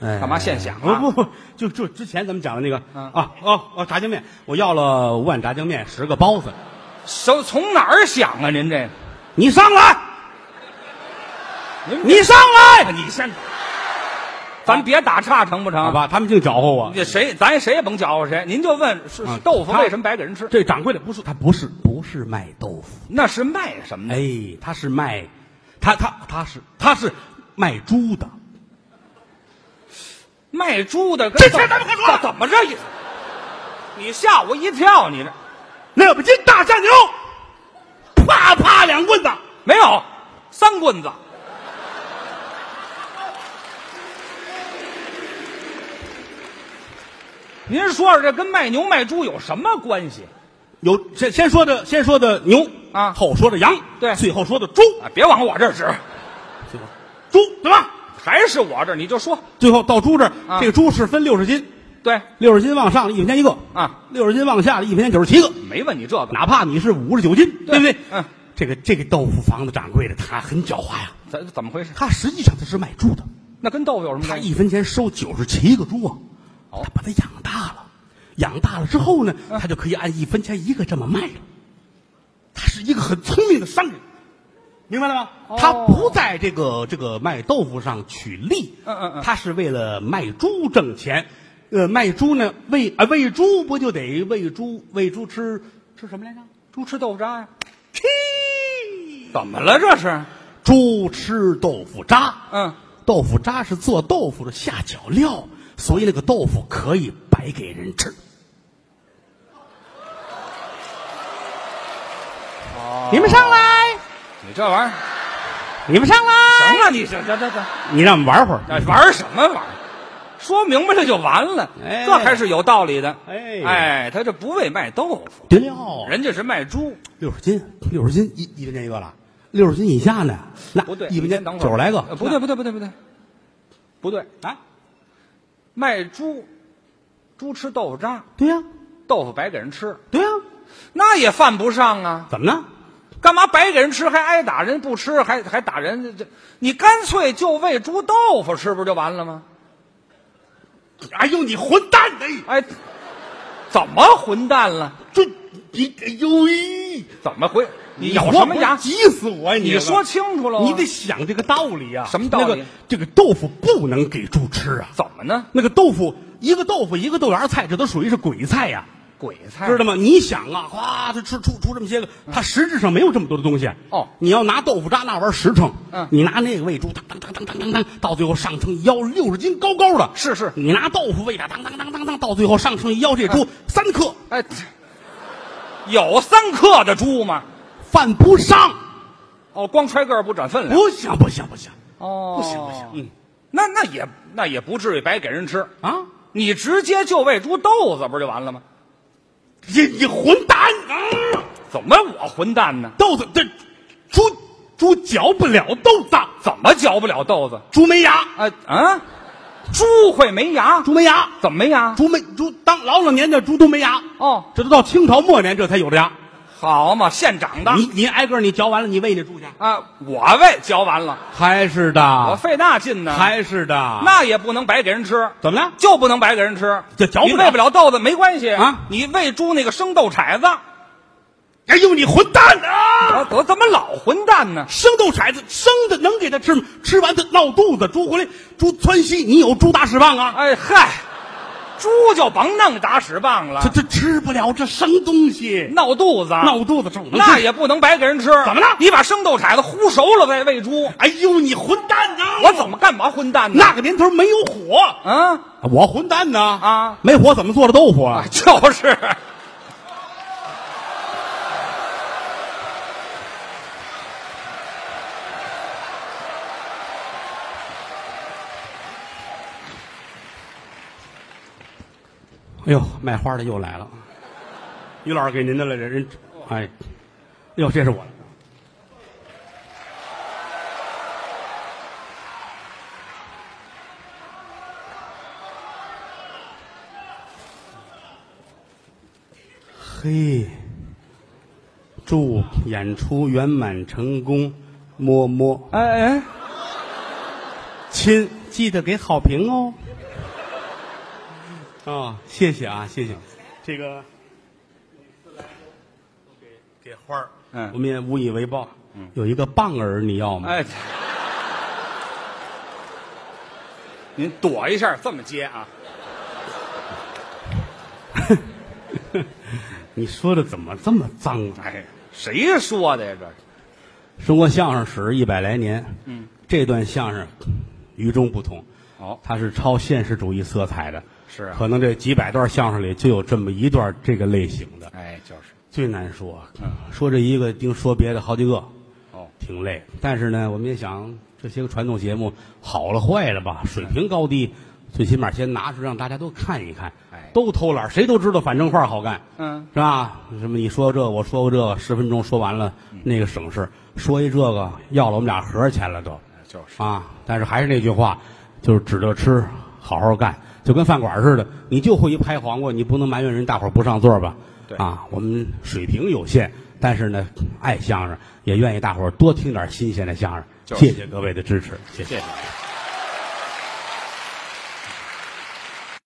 Speaker 2: 哎
Speaker 3: 干嘛现想
Speaker 2: 不
Speaker 3: 啊
Speaker 2: 不不，就就之前咱们讲的那个
Speaker 3: 嗯
Speaker 2: 啊哦哦炸酱面，我要了五碗炸酱面，十个包子，
Speaker 3: 手从哪儿想啊？您这个，
Speaker 2: 你上来，
Speaker 3: 您
Speaker 2: 你上来，
Speaker 3: 啊你先，咱别打岔成不成？
Speaker 2: 好吧？他们净搅和我。
Speaker 3: 这谁咱谁也甭搅和谁，您就问是
Speaker 2: 啊
Speaker 3: 豆腐
Speaker 2: 他
Speaker 3: 为什么白给人吃？
Speaker 2: 这掌柜的不是他不是不是卖豆腐，
Speaker 3: 嗯
Speaker 2: 哎
Speaker 3: 那是卖什么的？
Speaker 2: 哎，他是卖，他他他是他是卖猪的，
Speaker 3: 卖猪的跟
Speaker 2: 这钱咱们可说了
Speaker 3: 怎么着也，你吓我一跳，你这
Speaker 2: 两斤大酱牛，啪啪两棍子，
Speaker 3: 没有三棍子，您说说这跟卖牛卖猪有什么关系
Speaker 2: 有先先说的先说的牛
Speaker 3: 啊
Speaker 2: 后说的羊，
Speaker 3: 对
Speaker 2: 最后说的猪，
Speaker 3: 啊？别往我这儿指，
Speaker 2: 最后猪对吧？
Speaker 3: 还是我这儿，你就说
Speaker 2: 最后到猪这儿，
Speaker 3: 啊
Speaker 2: 这个猪是分六十斤，
Speaker 3: 对
Speaker 2: 六十斤往上的一分钱一个
Speaker 3: 啊，
Speaker 2: 六十斤往下的一分钱九十七个，
Speaker 3: 没问你这个，
Speaker 2: 哪怕你是五十九斤，对
Speaker 3: 对
Speaker 2: 不对？
Speaker 3: 嗯，
Speaker 2: 这个这个豆腐房子掌柜的他很狡猾呀，
Speaker 3: 怎怎么回事？
Speaker 2: 他实际上他是卖猪的，
Speaker 3: 那跟豆腐有什么
Speaker 2: 他
Speaker 3: 关系？
Speaker 2: 一分钱收九十七个猪啊，
Speaker 3: 哦嗯
Speaker 2: 他把它养大了，养大了之后呢，他就可以按一分钱一个这么卖了。他是一个很聪明的商人，明白了吗？
Speaker 3: 哦
Speaker 2: 他不在这个这个卖豆腐上取利，
Speaker 3: 嗯嗯嗯
Speaker 2: 他是为了卖猪挣钱。呃，卖猪呢，喂啊喂猪不就得喂猪喂猪吃吃什么来着？
Speaker 3: 猪吃豆腐渣呀、
Speaker 2: 呸！
Speaker 3: 怎么了这是？
Speaker 2: 猪吃豆腐渣，
Speaker 3: 嗯，
Speaker 2: 豆腐渣是做豆腐的下脚料，所以那个豆腐可以白给人吃。你们上来，
Speaker 3: 你这玩意儿
Speaker 2: 你们上来，
Speaker 3: 行了，你这这这这。
Speaker 2: 你让我们玩会儿。
Speaker 3: 哎，玩什么玩儿？说明白了就完了，
Speaker 2: 哎
Speaker 3: 这还是有道理的。
Speaker 2: 哎
Speaker 3: 哎，哦他这不为卖豆腐，
Speaker 2: 对了，
Speaker 3: 人家是卖猪。
Speaker 2: 六十斤，六十斤一一分钱一个了，六十斤以下呢，那
Speaker 3: 不对，
Speaker 2: 一分
Speaker 3: 你先
Speaker 2: 钱
Speaker 3: 等会儿
Speaker 2: 九十来个
Speaker 3: 呃，不对，不对，不对，不对，不对，
Speaker 2: 啊，
Speaker 3: 卖猪，猪吃豆腐渣，
Speaker 2: 对呀，
Speaker 3: 豆腐白给人吃，
Speaker 2: 对呀，
Speaker 3: 那也犯不上啊！
Speaker 2: 怎么呢？
Speaker 3: 干嘛白给人吃还挨打？人不吃还还打人，这你干脆就喂猪豆腐吃不就完了吗？
Speaker 2: 哎呦，你混蛋！哎，
Speaker 3: 哎，怎么混蛋了？
Speaker 2: 这你哎呦喂，
Speaker 3: 怎么回？你咬
Speaker 2: 活
Speaker 3: 什么牙？
Speaker 2: 急死我呀！
Speaker 3: 你
Speaker 2: 这个
Speaker 3: 说清楚了啊，
Speaker 2: 你得想这个道理啊，
Speaker 3: 什么道理
Speaker 2: 那个这个豆腐不能给猪吃啊，
Speaker 3: 怎么呢？
Speaker 2: 那个豆腐一个豆腐一个豆芽菜，这都属于是鬼菜呀、
Speaker 3: 鬼菜
Speaker 2: 知道吗？你想啊，哗，它吃出出这么些个，它实质上没有这么多的东西。
Speaker 3: 哦
Speaker 2: 你要拿豆腐渣那玩意儿实诚，
Speaker 3: 嗯
Speaker 2: 你拿那个喂猪，当当当当当当当，到最后上称一腰六十斤高高的，
Speaker 3: 是是
Speaker 2: 你拿豆腐喂它，当当当当当，到最后上称一腰这猪三克
Speaker 3: 哎，有三克的猪吗？
Speaker 2: 犯不上，
Speaker 3: 哦，光揣个儿不转分量。
Speaker 2: 不行不行不行，
Speaker 3: 哦，
Speaker 2: 不行不行，嗯
Speaker 3: 那那也那也不至于白给人吃，
Speaker 2: 啊，
Speaker 3: 你直接就喂猪豆子不就完了吗？
Speaker 2: 你你混蛋啊！
Speaker 3: 怎么我混蛋呢？
Speaker 2: 豆子这猪猪嚼不了豆子，
Speaker 3: 怎么嚼不了豆子？
Speaker 2: 猪没牙，
Speaker 3: 啊啊，猪会没牙？
Speaker 2: 猪没牙，
Speaker 3: 怎么没牙？
Speaker 2: 猪没猪当老老年的猪都没牙，
Speaker 3: 哦，
Speaker 2: 这都到清朝末年这才有的牙。
Speaker 3: 好嘛，现长的
Speaker 2: 你你挨个你嚼完了，你喂那猪去？
Speaker 3: 啊！我喂嚼完了，
Speaker 2: 还是
Speaker 3: 我
Speaker 2: 的，
Speaker 3: 费那劲呢，
Speaker 2: 啊还是的。那
Speaker 3: 那也不能白给人吃。
Speaker 2: 怎么了？
Speaker 3: 就不能白给人吃，
Speaker 2: 这嚼不了
Speaker 3: 你喂不了豆子没关系
Speaker 2: 啊
Speaker 3: 你喂猪那个生豆铲子，
Speaker 2: 哎呦，你混蛋啊！
Speaker 3: 我我怎么老混蛋呢？
Speaker 2: 生豆铲子生的能给它吃吗？吃完它闹肚子，猪回来猪窜稀，你有猪打屎棒啊？
Speaker 3: 哎嗨，猪就甭弄打屎棒了
Speaker 2: 它，它吃不了这生东西，
Speaker 3: 闹肚子，
Speaker 2: 闹肚子这我能
Speaker 3: 那
Speaker 2: 吃
Speaker 3: 也不能白给人吃。
Speaker 2: 怎么了
Speaker 3: 你把生豆铲子烀熟了再喂猪，
Speaker 2: 哎呦，你混蛋呐！
Speaker 3: 我怎么干嘛混蛋呢？
Speaker 2: 那个年头没有火？
Speaker 3: 啊
Speaker 2: 我混蛋呢！
Speaker 3: 啊，
Speaker 2: 没火怎么做的豆腐啊？
Speaker 3: 啊 就是，
Speaker 2: 哎呦，卖花的又来了，于老师给您的来着，人哎，哎呦，这是我的。嘿，祝演出圆满成功，么么。
Speaker 3: 哎哎，
Speaker 2: 亲，记得给好评哦。啊、谢谢啊，谢谢。这个给给花儿，
Speaker 3: 嗯
Speaker 2: 我们也无以为报。嗯，有一个棒儿，你要吗？
Speaker 3: 哎，您躲一下，这么接啊？
Speaker 2: 你说的怎么这么脏啊？
Speaker 3: 哎，谁说的呀？这是
Speaker 2: 中国相声史一百来年，嗯，这段相声与众不同，
Speaker 3: 哦，
Speaker 2: 它是超现实主义色彩的。
Speaker 3: 是啊
Speaker 2: 可能这几百段相声里就有这么一段这个类型的，
Speaker 3: 哎，就是，
Speaker 2: 最难说。啊说这一个，盯说别的好几个，
Speaker 3: 哦，
Speaker 2: 挺累。但是呢，我们也想这些个传统节目好了坏了吧，水平高低，最起码先拿出让大家都看一看
Speaker 3: 哎。
Speaker 2: 都偷懒，谁都知道反正话好干，
Speaker 3: 嗯，
Speaker 2: 是吧？什么你说这，我说过这个，十分钟说完了，那个省事。说一这个，要了我们俩盒钱了都
Speaker 3: 哎就是，
Speaker 2: 啊！但是还是那句话，就是指着吃，好好干，就跟饭馆似的，你就会一拍黄瓜，你不能埋怨人大伙儿不上座吧？
Speaker 3: 对
Speaker 2: 啊，我们水平有限，但是呢，爱相声，也愿意大伙儿多听点新鲜的相声。
Speaker 3: 就是
Speaker 2: 谢谢各位的支持，谢谢
Speaker 3: 谢谢。